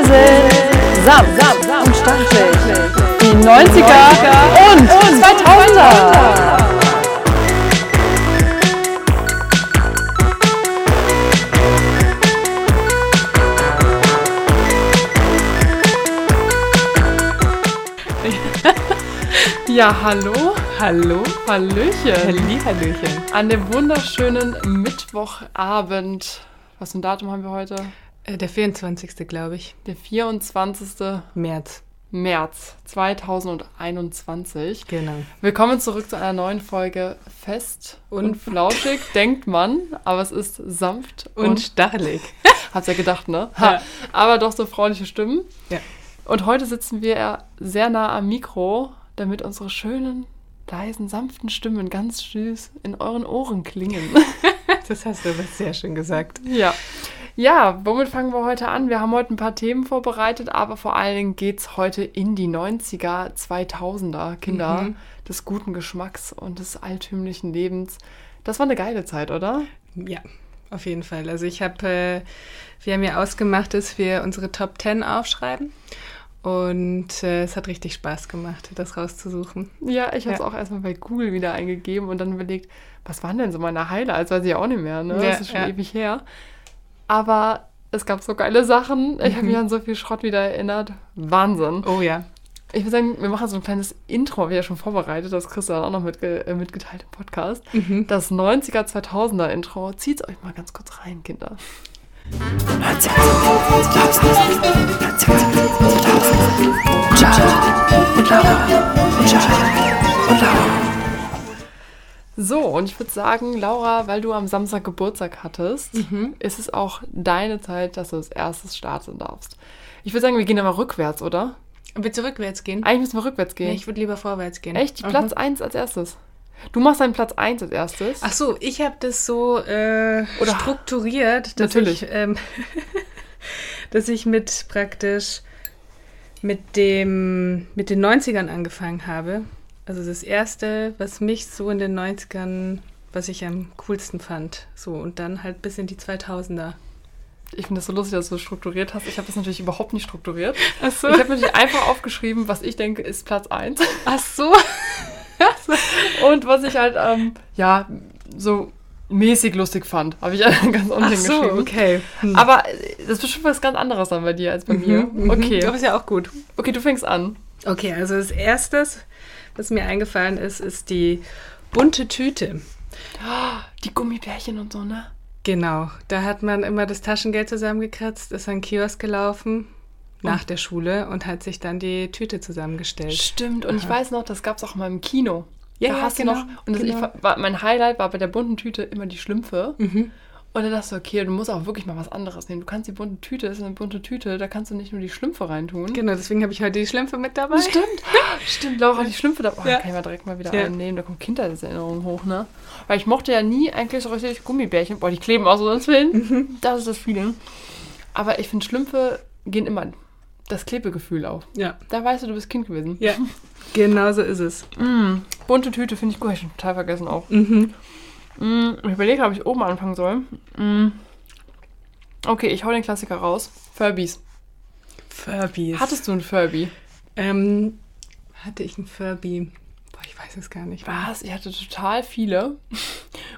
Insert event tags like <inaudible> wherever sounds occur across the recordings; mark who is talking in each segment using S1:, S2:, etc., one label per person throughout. S1: sind Samt, Samt und Stachelig. Die 90er und 2000er.
S2: Ja, hallo,
S1: Hallo,
S2: Hallöchen,
S1: Halli, Hallöchen.
S2: an dem wunderschönen Mittwochabend. Was für ein Datum haben wir heute?
S1: Äh, Der 24. glaube ich.
S2: Der 24.
S1: März.
S2: März 2021.
S1: Genau.
S2: Willkommen zurück zu einer neuen Folge Fest und,
S1: Und-
S2: flauschig, denkt man, aber es ist sanft
S1: Und,
S2: und,
S1: stachelig.
S3: <laughs>
S2: hab's ja gedacht, ne? Ha.
S1: Ja.
S2: Aber doch so freundliche Stimmen.
S1: Ja.
S2: Und heute sitzen wir sehr nah am Mikro, damit unsere schönen, leisen, sanften Stimmen ganz süß in euren Ohren klingen.
S1: <laughs> Das hast du aber sehr schön gesagt.
S2: Ja. Ja, womit fangen wir heute an? Wir haben heute ein paar Themen vorbereitet, aber vor allen Dingen geht's heute in die 90er, 2000er Kinder
S1: Mhm.
S2: des guten Geschmacks und des altümlichen Lebens. Das war eine geile Zeit, oder?
S3: Ja, auf jeden Fall. Also ich habe, äh, wir haben ja ausgemacht, dass wir unsere Top 10 aufschreiben. Und äh, es hat richtig Spaß gemacht, das rauszusuchen.
S2: Ja, ich habe es
S3: Ja.
S2: auch erstmal bei Google wieder eingegeben und dann überlegt, was waren denn so meine Highlights? Weiß ich auch nicht mehr, ne?
S3: Ja,
S2: das ist schon
S3: ja.
S2: ewig her. Aber es gab so geile Sachen. Ich habe
S3: Mhm.
S2: mich an so viel Schrott wieder erinnert. Wahnsinn.
S3: Oh ja.
S2: Ich würde sagen, wir machen so ein kleines Intro, haben wir ja schon vorbereitet, das Chris dann auch noch mitge äh, mitgeteilt im Podcast. Das 90er, 2000er Intro. Zieht's euch mal ganz kurz rein, Kinder. So, und ich würde sagen, Laura, weil du am Samstag Geburtstag hattest, ist es auch deine Zeit, dass du als erstes starten darfst. Ich würde sagen, wir gehen aber rückwärts, oder?
S3: Willst du rückwärts gehen?
S2: Eigentlich müssen wir rückwärts gehen.
S3: Nee, ich würde lieber vorwärts gehen.
S2: Echt? Die
S3: Mhm.
S2: Platz 1 als erstes. Du machst deinen Platz 1 als erstes.
S3: Ach so, ich habe das so äh,
S2: Oder-
S3: strukturiert, dass
S2: Natürlich.
S3: ich, ähm, <laughs> dass ich mit praktisch mit dem mit den 90ern angefangen habe. Also das erste, was mich so in den 90ern, was ich am coolsten fand, so und dann halt bis in die 2000er.
S2: Ich finde das so lustig, dass du das strukturiert hast. Ich habe das natürlich überhaupt nicht <laughs> strukturiert.
S3: Ach
S2: Ich
S3: so.
S2: habe natürlich einfach aufgeschrieben, was ich denke, ist Platz 1.
S3: Ach so.
S2: Und was ich halt, ähm, ja, so mäßig lustig fand. Habe ich <laughs> halt ganz unten
S3: <laughs> Ach so,
S2: geschrieben.
S3: okay. Hm.
S2: Aber äh, das ist bestimmt was ganz anderes dann bei dir als bei
S3: Mhm, mhm.
S2: mir. Okay.
S3: Aber ist ja auch gut.
S2: Okay, du fängst an.
S3: Okay, also das erstes, was mir eingefallen ist, ist die bunte Tüte.
S2: Die Gummibärchen und so, ne?
S3: Genau, da hat man immer das Taschengeld zusammengekratzt, ist an den Kiosk gelaufen nach der Schule und hat sich dann die Tüte zusammengestellt.
S2: Stimmt, und ich weiß noch, das gab es auch mal im Kino.
S3: Ja,
S2: da
S3: ja,
S2: hast
S3: genau,
S2: du noch. Und das,
S3: genau.
S2: ich, war, mein Highlight war bei der bunten Tüte immer die Schlümpfe.
S3: Mhm.
S2: Und dann dachte ich, okay, du musst auch wirklich mal was anderes nehmen. Du kannst die bunte Tüte, das ist eine bunte Tüte, da kannst du nicht nur die Schlümpfe reintun.
S3: Genau, deswegen habe ich heute die Schlümpfe mit dabei.
S2: <laughs> Stimmt, stimmt, Laura, die Schlümpfe da. Oh,
S3: Ja.
S2: kann ich mal direkt mal wieder
S3: Ja.
S2: einen nehmen, da kommen Kindheitserinnerungen hoch, ne? Weil ich mochte ja nie eigentlich so richtig Gummibärchen. Boah, die kleben auch so sonst
S3: Mhm.
S2: hin. Das ist das Feeling. Aber ich finde, Schlümpfe gehen immer das Klebegefühl auf.
S3: Ja,
S2: Da weißt du, du bist Kind gewesen.
S3: ja. genau so ist es.
S2: Mm, bunte Tüte finde ich gut, hab ich schon total vergessen auch.
S3: Mhm.
S2: Mm, ich überlege, ob ich oben anfangen soll. Mm. Okay, ich hau den Klassiker raus. Furbies.
S3: Furbies.
S2: Hattest du einen Furby?
S3: ähm, hatte ich einen Furby? Boah, ich weiß es gar nicht. mehr.
S2: Was? Ich hatte total viele.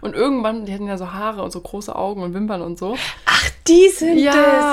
S2: Und irgendwann, die hatten ja so Haare und so große Augen und Wimpern und so.
S3: Ach, die sind
S2: Ja.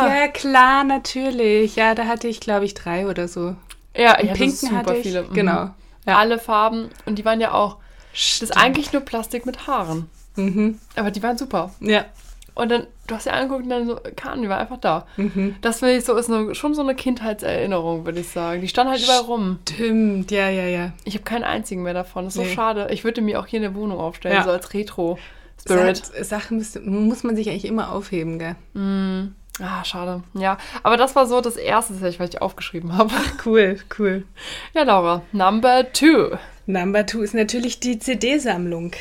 S3: es. Ja, klar, natürlich. Ja, da hatte ich, glaube ich, drei oder so.
S2: Ja, ich
S3: Einen
S2: hatte super viele. Mhm.
S3: Genau.
S2: Ja. Alle Farben. Und die waren ja auch. Das ist
S3: Stimmt.
S2: eigentlich nur Plastik mit Haaren.
S3: Mhm.
S2: Aber die waren super.
S3: Ja.
S2: Und dann, du hast ja angeguckt und dann so, Kahn, die war einfach da.
S3: Mhm.
S2: Das finde ich so, ist eine, schon so eine Kindheitserinnerung, würde ich sagen. Die standen halt überall rum.
S3: Stimmt, ja, ja, ja.
S2: Ich habe keinen einzigen mehr davon. Das ist so
S3: Nee.
S2: schade. Ich würde mir auch hier in der Wohnung aufstellen,
S3: Ja.
S2: so als Retro-Spirit.
S3: Sa- halt Sachen müsste, muss man sich eigentlich immer aufheben, gell?
S2: Mm. Ah, schade. Ja, aber das war so das Erste, was ich- was ich aufgeschrieben habe. <laughs>
S3: Cool, cool.
S2: Ja, Laura, Number Two.
S3: Number two ist natürlich die CD-Sammlung.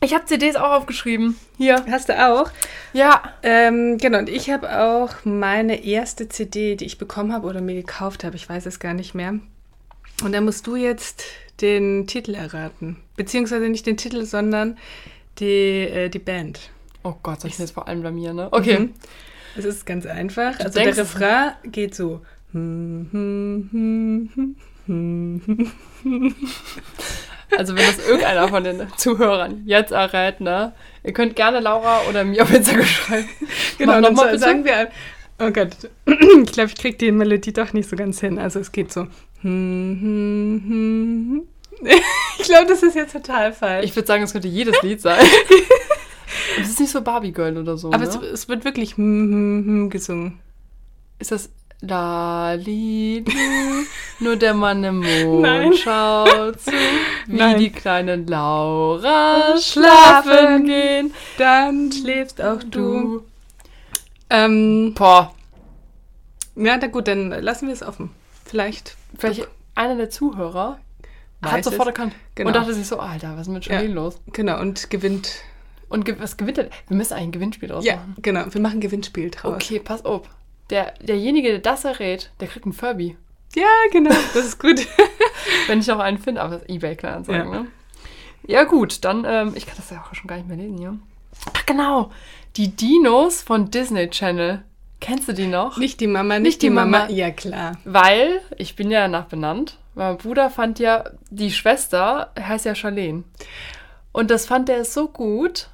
S2: Ich habe CDs auch aufgeschrieben. Hier.
S3: Hast du auch?
S2: Ja.
S3: Ähm, genau, und ich habe auch meine erste CD, die ich bekommen habe oder mir gekauft habe, ich weiß es gar nicht mehr. Und da musst du jetzt den Titel erraten. Beziehungsweise nicht den Titel, sondern die, äh, die Band.
S2: Oh Gott, soll ich mich jetzt vor allem blamieren, ne? Okay.
S3: Mhm. Es ist ganz einfach.
S2: Du
S3: Also der
S2: denkst-
S3: Refrain geht so. Hm,
S2: Also wenn das irgendeiner von den Zuhörern jetzt errät, ne? Ihr könnt gerne Laura oder mir auf Instagram
S3: <laughs>
S2: schreiben.
S3: Genau,
S2: Mach
S3: dann
S2: nochmal
S3: sa-
S2: bitte.
S3: sagen wir. Oh Gott, <clears throat> ich glaube, ich kriege die Melodie doch nicht so ganz hin. Also es geht so. <laughs> Ich glaube, das ist jetzt total falsch.
S2: Ich würde sagen, es könnte jedes Lied
S3: <laughs>
S2: sein. Es ist nicht so Barbie Girl oder so.
S3: Aber
S2: ne?
S3: es, es wird wirklich gesungen.
S2: Ist das Lalilu, nur der Mann im Mond
S3: <laughs> Nein.
S2: schaut zu, wie
S3: Nein.
S2: die kleinen Laura schlafen gehen.
S3: Dann schläfst auch du. Ähm,
S2: Boah,
S3: ja, na gut, dann lassen wir es offen. Vielleicht.
S2: vielleicht einer der Zuhörer
S3: Weiß
S2: hat sofort
S3: es.
S2: erkannt
S3: Genau.
S2: und dachte sich so, Alter, was ist mit
S3: Ja.
S2: Charlene los?
S3: Genau, und gewinnt.
S2: Und ge was gewinnt er? Wir müssen ein Gewinnspiel draus
S3: Ja,
S2: machen.
S3: genau. Wir machen ein Gewinnspiel draus.
S2: Okay, pass auf. Der, derjenige, der das errät, der kriegt einen Furby.
S3: Ja, genau. Das ist <laughs> gut.
S2: Wenn ich noch einen finde, aber das ebay Kleinanzeigen,
S3: Ja.
S2: ne? Ja, gut, dann, ähm, ich kann das ja auch schon gar nicht mehr lesen hier. Ach, genau. Die Dinos von Disney Channel. Kennst du die noch?
S3: Nicht die Mama, nicht,
S2: Nicht
S3: die,
S2: die
S3: Mama.
S2: Mama.
S3: Ja, klar.
S2: Weil, ich bin ja danach benannt, mein Bruder fand ja, die Schwester heißt ja Charlene. Und das fand er so gut.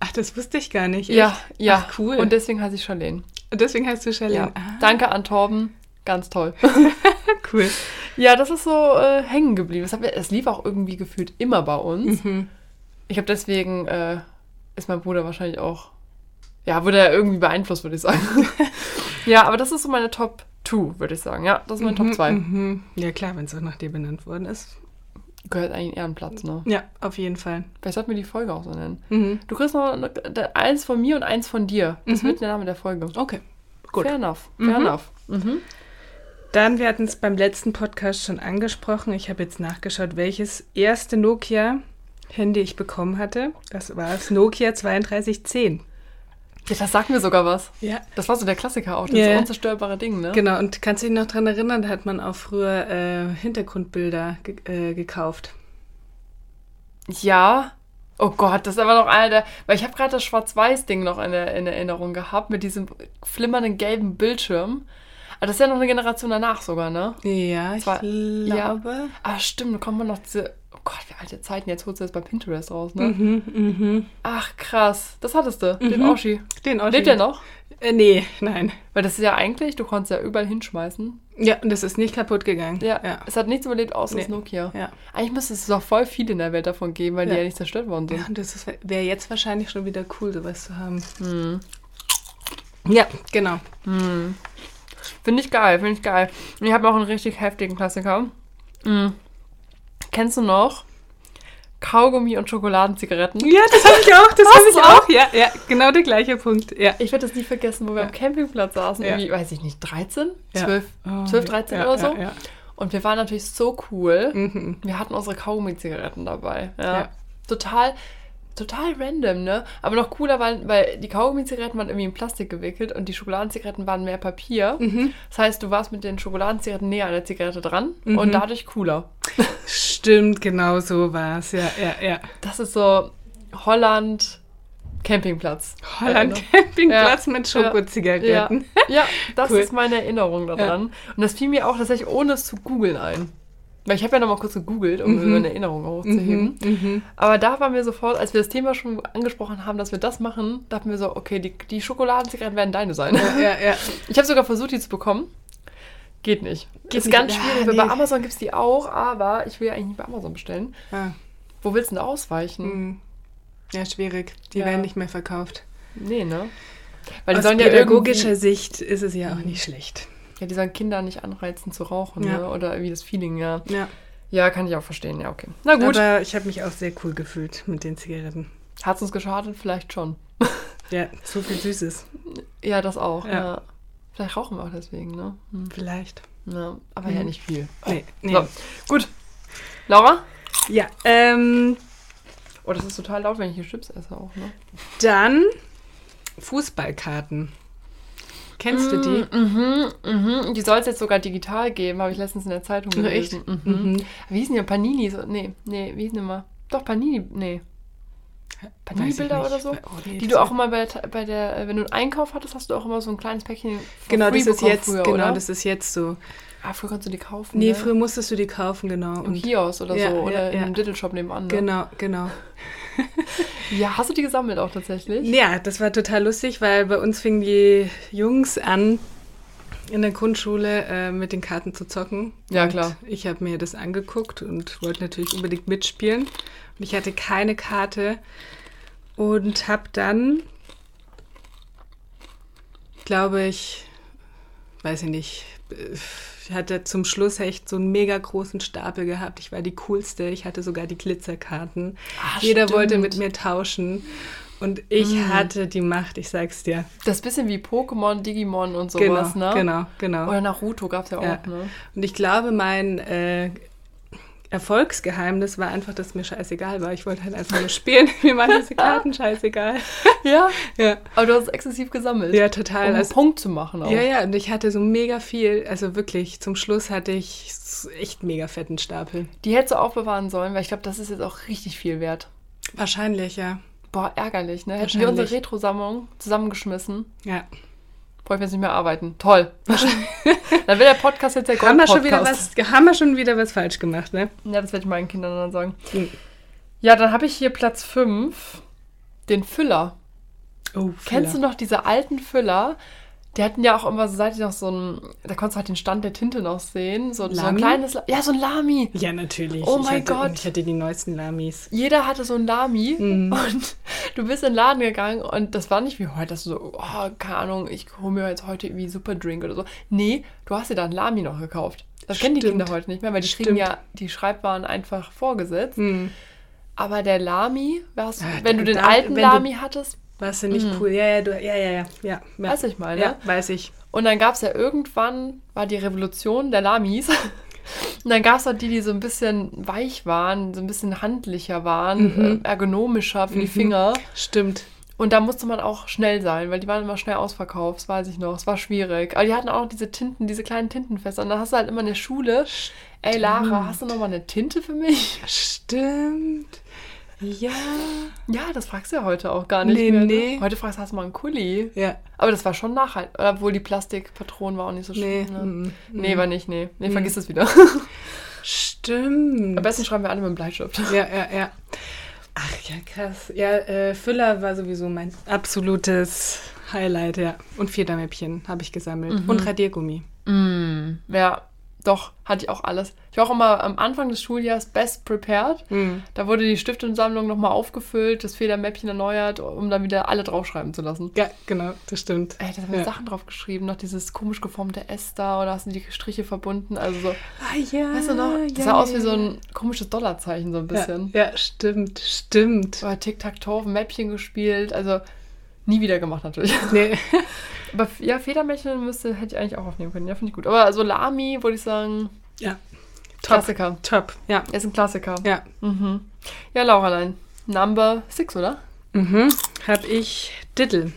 S3: Ach, das wusste ich gar nicht.
S2: Ja, ja.
S3: Ach, cool.
S2: Und deswegen heißt sie Charlene.
S3: Und deswegen heißt du
S2: Ja.
S3: Charlene. Ah,
S2: Danke an Torben. Ganz toll.
S3: cool.
S2: Ja, das ist so äh, hängen geblieben. Das, hat mir, das lief auch irgendwie gefühlt immer bei uns.
S3: Mhm.
S2: Ich habe deswegen, äh, ist mein Bruder wahrscheinlich auch, ja, wurde er irgendwie beeinflusst, würde ich
S3: <laughs>
S2: sagen. ja, aber das ist so meine Top 2, würde ich sagen. Ja, das ist mein Top 2.
S3: Mhm. Ja, klar, wenn es auch nach dir benannt worden ist.
S2: Gehört eigentlich eher ein Platz, ne?
S3: Ja, auf jeden Fall.
S2: Vielleicht sollten wir die Folge auch so nennen.
S3: Mhm.
S2: Du kriegst noch eine- da- eins von mir und eins von dir. Das wird der Name der Folge.
S3: Okay, Mhm. gut. Mhm.
S2: Fair enough. Fair enough.
S3: Dann, wir hatten es beim letzten Podcast schon angesprochen. Ich habe jetzt nachgeschaut, welches erste Nokia-Handy ich bekommen hatte. Das war das Nokia 3210.
S2: Ja, das sagt mir sogar was.
S3: Ja.
S2: Das war so der Klassiker auch, das
S3: Ja.
S2: unzerstörbare Ding, ne?
S3: Genau, und kannst du dich noch dran erinnern, da hat man auch früher äh, Hintergrundbilder ge äh, gekauft.
S2: Ja. Oh Gott, das ist aber noch einer der. Weil ich habe gerade das Schwarz-Weiß-Ding noch in, der, in Erinnerung gehabt mit diesem flimmernden gelben Bildschirm. Aber das ist ja noch eine Generation danach sogar, ne?
S3: Ja, ich
S2: Zwar-
S3: glaube.
S2: Ah, stimmt, da kommt man noch diese. Oh Gott, wie alte Zeiten. Jetzt holst du das bei Pinterest raus, ne?
S3: Mhm, mhm.
S2: Ach, krass. Das hattest du, den
S3: Mhm.
S2: Oschi.
S3: Den Ausschnitt.
S2: Lebt der noch?
S3: Äh, nee, nein.
S2: Weil das ist ja eigentlich, du konntest ja überall hinschmeißen.
S3: Ja, und das ist nicht kaputt gegangen.
S2: Ja,
S3: Ja.
S2: es hat nichts überlebt, außer das
S3: Nee.
S2: Nokia.
S3: ja.
S2: Eigentlich müsste es doch voll viel in der Welt davon geben, weil die
S3: Ja.
S2: ja nicht zerstört worden
S3: ja
S2: sind.
S3: und das wäre jetzt wahrscheinlich schon wieder cool, sowas zu haben.
S2: Hm.
S3: Ja, genau.
S2: Finde ich geil, finde ich geil. Und ich habe auch einen richtig heftigen Klassiker. Mm. Kennst du noch Kaugummi und Schokoladenzigaretten?
S3: Ja, das habe ich auch. Das
S2: Hast
S3: habe ich
S2: du's
S3: auch. Ja, ja, genau der gleiche Punkt. Ja.
S2: Ich werde das nie vergessen, wo wir
S3: Ja.
S2: am Campingplatz saßen,
S3: Ja.
S2: irgendwie, weiß ich nicht, 13?
S3: Ja. Oh,
S2: 12, 12 13
S3: ja,
S2: oder so.
S3: Ja, ja.
S2: Und wir waren natürlich so cool.
S3: Mhm.
S2: Wir hatten unsere Kaugummi-Zigaretten dabei. Ja.
S3: Ja.
S2: Total, total random, ne? Aber noch cooler waren, weil die Kaugummi-Zigaretten waren irgendwie in Plastik gewickelt und die Schokoladenzigaretten waren mehr Papier.
S3: Mhm.
S2: Das heißt, du warst mit den Schokoladenzigaretten näher an der Zigarette dran
S3: Mhm.
S2: und dadurch cooler.
S3: Stimmt, genau so war es. Ja, ja, ja.
S2: Das ist so Holland Campingplatz.
S3: Holland
S2: Erinnerung.
S3: Campingplatz
S2: Ja.
S3: mit
S2: Ja,
S3: Schokozigaretten.
S2: ja, das
S3: Cool.
S2: ist meine Erinnerung daran. Und das fiel mir auch tatsächlich ohne es zu googeln ein. Weil ich habe ja nochmal kurz gegoogelt, um
S3: Mhm.
S2: meine Erinnerung hochzuheben. Aber da waren wir sofort, als wir das Thema schon angesprochen haben, dass wir das machen, dachten wir so, okay, die, die Schokoladenzigaretten werden deine sein.
S3: Ja, ja, ja.
S2: Ich habe sogar versucht, die zu bekommen. Geht nicht.
S3: Geht
S2: ist
S3: nicht.
S2: ganz
S3: Ah,
S2: schwierig, weil
S3: nee.
S2: bei Amazon gibt es die auch, aber ich will ja eigentlich nicht bei Amazon bestellen.
S3: Ah,
S2: Wo willst du denn da ausweichen?
S3: hm. ja schwierig. Die
S2: Ja.
S3: werden nicht mehr verkauft.
S2: Nee, ne? Weil die
S3: Aus
S2: sollen ja
S3: pädagogischer
S2: irgendwie,
S3: Sicht ist es ja auch nicht schlecht.
S2: ja, die sollen Kinder nicht anreizen zu rauchen,
S3: Ja.
S2: ne? Oder irgendwie das Feeling, ja.
S3: Ja.
S2: Ja, kann ich auch verstehen, ja, okay. Na gut.
S3: Aber ich habe mich auch sehr cool gefühlt mit den Zigaretten.
S2: Hat's uns geschadet? Vielleicht schon.
S3: Ja, so viel Süßes.
S2: Ja, das auch,
S3: Ja.
S2: ja. Vielleicht rauchen wir auch deswegen, ne? Hm.
S3: Vielleicht.
S2: Ja, aber ja
S3: Mhm.
S2: nicht viel.
S3: Nee, nee.
S2: So, gut. Laura?
S3: Ja, ähm,
S2: Oh, das ist total laut, wenn ich hier Chips esse auch, ne?
S3: Dann Fußballkarten. Kennst du die?
S2: Mhm, mhm. Die soll es jetzt sogar digital geben, habe ich letztens in der Zeitung
S3: Mhm.
S2: Mhm. gelesen. Mhm. Wie hießen die? Paninis? Nee, nee, wie hießen die mal? Doch, Panini, nee. Panini-Bilder oder so, die du auch immer bei, der- bei der, äh, wenn du einen Einkauf hattest, hast du auch immer so ein kleines Päckchen. for
S3: Genau,
S2: free
S3: das ist
S2: bekommen
S3: jetzt,
S2: früher,
S3: genau,
S2: oder?
S3: das ist jetzt so.
S2: Ah, früher konntest du die kaufen.
S3: Nee,
S2: ne?
S3: früher musstest du die kaufen, genau.
S2: Im
S3: Und
S2: Kiosk oder
S3: Ja,
S2: so,
S3: ja,
S2: oder in
S3: ja.
S2: einem Diddle-Shop nebenan. Ne?
S3: genau, genau.
S2: Ja, hast du die gesammelt auch tatsächlich?
S3: Ja, das war total lustig, weil bei uns fingen die Jungs an, in der Grundschule äh, mit den Karten zu zocken.
S2: Ja,
S3: und
S2: klar.
S3: Ich habe mir das angeguckt und wollte natürlich unbedingt mitspielen. Und ich hatte keine Karte und habe dann, glaube ich, weiß ich nicht, äh, ich hatte zum Schluss echt so einen mega großen Stapel gehabt. Ich war die coolste. Ich hatte sogar die Glitzerkarten.
S2: Ah,
S3: Jeder
S2: stimmt. Mhm.
S3: wollte mit mir tauschen. Und ich hatte die Macht, ich sag's dir.
S2: Das ist ein bisschen wie Pokémon, Digimon und
S3: genau,
S2: sowas, ne?
S3: genau, genau.
S2: Oder Naruto gab's ja auch,
S3: Ja.
S2: ne?
S3: Und ich glaube, mein äh, Erfolgsgeheimnis war einfach, dass mir scheißegal war. Ich wollte halt einfach nur spielen. <laughs> mir waren diese Karten scheißegal.
S2: Ja,
S3: Ja,
S2: aber du hast es exzessiv gesammelt.
S3: ja
S2: um
S3: total.
S2: einen
S3: Also,
S2: Punkt zu machen auch.
S3: ja, ja, und ich hatte so mega viel. Also wirklich, zum Schluss hatte ich s- echt mega fetten Stapel.
S2: Die hättest du aufbewahren sollen, weil ich glaube, das ist jetzt auch richtig viel wert.
S3: Wahrscheinlich, ja.
S2: Boah, ärgerlich, ne? Hätten wir unsere
S3: Wahrscheinlich.
S2: Retro-Sammlung zusammengeschmissen,
S3: Ja.
S2: bräuchten wir jetzt nicht mehr arbeiten.
S3: <laughs>
S2: Toll. dann wäre der Podcast jetzt der
S3: Haben wir,
S2: Gold-Podcast.
S3: schon wieder was, haben wir schon wieder was falsch gemacht, ne?
S2: Ja, das werde ich meinen Kindern dann sagen.
S3: Mhm.
S2: Ja, dann habe ich hier Platz 5, den Füller.
S3: Oh,
S2: Kennst du noch diese alten Füller? Die hatten ja auch immer so seitlich noch so ein, da konntest du halt den Stand der Tinte noch sehen. So, so ein
S3: Lami?
S2: kleines, La- ja, so ein Lami.
S3: Ja, natürlich.
S2: Oh
S3: Ich
S2: mein
S3: hatte,
S2: Gott.
S3: Ich hatte die neuesten Lamis.
S2: Jeder hatte so ein Lami
S3: Mhm.
S2: und <laughs> du bist in den Laden gegangen und das war nicht wie heute, dass du so, oh, keine Ahnung, ich hole mir jetzt heute irgendwie Superdrink oder so. Nee, du hast dir da ein Lami noch gekauft. Das kennen die
S3: Stimmt.
S2: Kinder heute nicht mehr, weil die kriegen
S3: Stimmt. Mhm.
S2: ja die Schreibwaren einfach vorgesetzt. Aber der Lami, warst,
S3: Ah,
S2: wenn du
S3: der
S2: den
S3: Lami-
S2: alten
S3: wenn du-
S2: Lami hattest,
S3: Warst du nicht cool? Ja, ja, du, ja, ja, ja. ja, ja.
S2: Weiß ich mal, ne?
S3: Ja, Mhm. weiß ich.
S2: Und dann gab es ja irgendwann, war die Revolution der Lamis. <laughs> Und dann gab es auch die, die so ein bisschen weich waren, so ein bisschen handlicher waren,
S3: Mhm.
S2: äh, ergonomischer für die Finger.
S3: Stimmt.
S2: Und da musste man auch schnell sein, weil die waren immer schnell ausverkauft, das weiß ich noch. Es war schwierig. Aber die hatten auch noch diese Tinten, diese kleinen Tintenfässer. Und dann hast du halt immer in der Schule, ey Lara, hast du noch mal eine Tinte für mich?
S3: Stimmt. Ja.
S2: <laughs> Ja, das fragst du ja heute auch gar nicht
S3: Nee,
S2: mehr.
S3: nee.
S2: Ne? Heute fragst du, hast du mal einen Kuli?
S3: Ja.
S2: Aber das war schon nachhaltig. Obwohl die Plastikpatronen war auch nicht so
S3: Nee.
S2: schlimm. Ne?
S3: mm, mm.
S2: Nee, war nicht, nee. Nee, vergiss das <laughs> wieder.
S3: Stimmt.
S2: Am besten schreiben wir alle mit dem Bleistift.
S3: Ja, ja, ja. Ach ja, krass. Ja, äh, Füller war sowieso mein absolutes Highlight, ja. Und Federmäppchen habe ich gesammelt. Und Radiergummi.
S2: Ja, doch, hatte ich auch alles. Ich war auch immer am Anfang des Schuljahres best prepared.
S3: Mhm.
S2: Da wurde die Stiftensammlung nochmal aufgefüllt, das Federmäppchen erneuert, um dann wieder alle draufschreiben zu lassen.
S3: Ja, genau, das stimmt.
S2: Ey, da haben wir
S3: ja.
S2: Sachen draufgeschrieben, noch dieses komisch geformte S da oder hast du die Striche verbunden. Also so,
S3: Ah, ja,
S2: weißt du noch, das
S3: ja,
S2: sah aus
S3: ja,
S2: wie so
S3: ja.
S2: ein komisches Dollarzeichen, so ein bisschen.
S3: Ja, Oh. ja stimmt, stimmt.
S2: Oder Tic-Tac-Toe, auf dem Mäppchen gespielt. Also nie wieder gemacht natürlich. <laughs>
S3: Nee. <laughs>
S2: Aber f- ja, Federmäppchen müsste, hätte ich eigentlich auch aufnehmen können. Ja, finde ich gut. Aber so Lami, würde ich sagen,
S3: Ja. Top.
S2: Klassiker.
S3: Top. Ja.
S2: Ist ein Klassiker.
S3: Ja.
S2: Mhm. Ja, Lauralein. Number 6, oder?
S3: Mhm. Hab ich Diddle.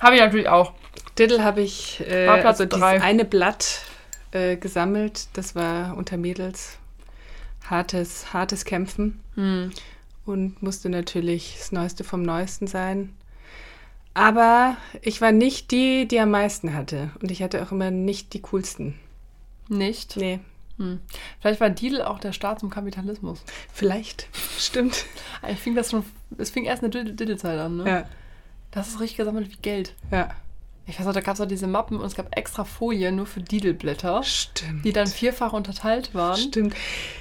S2: Habe ich natürlich auch.
S3: Diddle habe ich äh,
S2: War Platz
S3: also dieses
S2: drei.
S3: eine Blatt äh, gesammelt. Das war unter Mädels hartes, hartes Kämpfen
S2: Hm,
S3: und musste natürlich das Neueste vom Neuesten sein. Aber ich war nicht die, die am meisten hatte. Und ich hatte auch immer nicht die coolsten.
S2: Nicht.
S3: Nee,
S2: Hm. Vielleicht war Deal auch der Start zum Kapitalismus. <laughs>
S3: vielleicht. Stimmt.
S2: Ich fing das schon, es fing erst eine Diddle-Zeit an, ne?
S3: Ja,
S2: Das ist richtig gesammelt wie Geld.
S3: ja.
S2: Ich weiß noch, da gab es auch diese Mappen und es gab extra Folien nur für Diddle-Blätter,
S3: Stimmt.
S2: die dann vierfach unterteilt waren.
S3: Stimmt.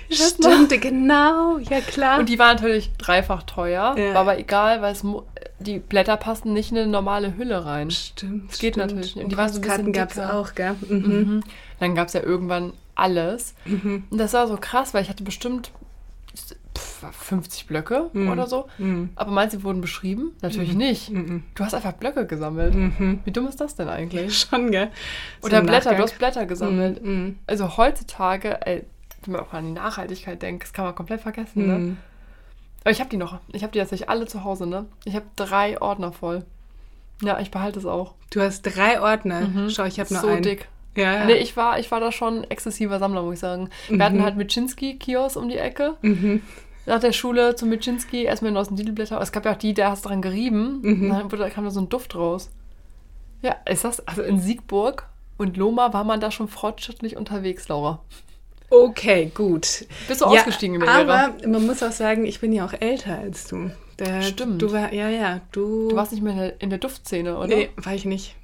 S2: weiß noch.
S3: Stimmt, genau. Ja, klar.
S2: Und die war natürlich dreifach teuer,
S3: Ja.
S2: war aber egal, weil es mu- die Blätter passten nicht in eine normale Hülle rein.
S3: Stimmt.
S2: Das geht
S3: stimmt.
S2: natürlich nicht.
S3: Und
S2: Die waren so ein bisschen
S3: Karten gab es
S2: dicker.
S3: auch, gell? Mhm.
S2: Dann gab es ja irgendwann alles. Und das war so krass, weil ich hatte bestimmt pff, 50 Blöcke
S3: Mhm.
S2: oder so. Aber meinst du, wurden beschrieben? Natürlich nicht.
S3: Mhm.
S2: Du hast einfach Blöcke gesammelt. Wie dumm ist das denn eigentlich?
S3: <laughs> Schon, gell?
S2: Oder
S3: Mhm. Zum
S2: Blätter,
S3: Nachgang.
S2: du hast Blätter gesammelt.
S3: Mhm.
S2: Also heutzutage, ey, wenn man auch an die Nachhaltigkeit denkt, das kann man komplett vergessen, ne?
S3: Mhm.
S2: Aber ich habe die noch. Ich habe die tatsächlich alle zu Hause, ne? Ich habe drei Ordner voll. Ja, ich behalte es auch.
S3: Du hast drei Ordner. Schau, ich habe nur
S2: Mhm. so
S3: einen.
S2: dick.
S3: Ja, Mhm. ja.
S2: Nee, ich
S3: Mhm.
S2: war, ich war da schon exzessiver Sammler, muss ich sagen. Wir hatten halt Mitschinski-Kiosk um die Ecke. nach der Schule zum Mitschinski erstmal in den Titelblätter. Es gab ja auch die, da hast du dran gerieben. Und
S3: Mhm.
S2: dann wurde, kam da so ein Duft raus. Ja, ist das, also in Siegburg und Loma war man da schon fortschrittlich unterwegs, Laura.
S3: Okay, gut.
S2: Bist du ausgestiegen im Lehrer?
S3: Aber man muss auch sagen, ich bin ja auch älter als du. Da-
S2: Stimmt.
S3: Du war, ja, ja, du.
S2: Du warst nicht mehr in der, in der Duftszene, oder?
S3: nee, war
S2: <gasps>
S3: ich nicht.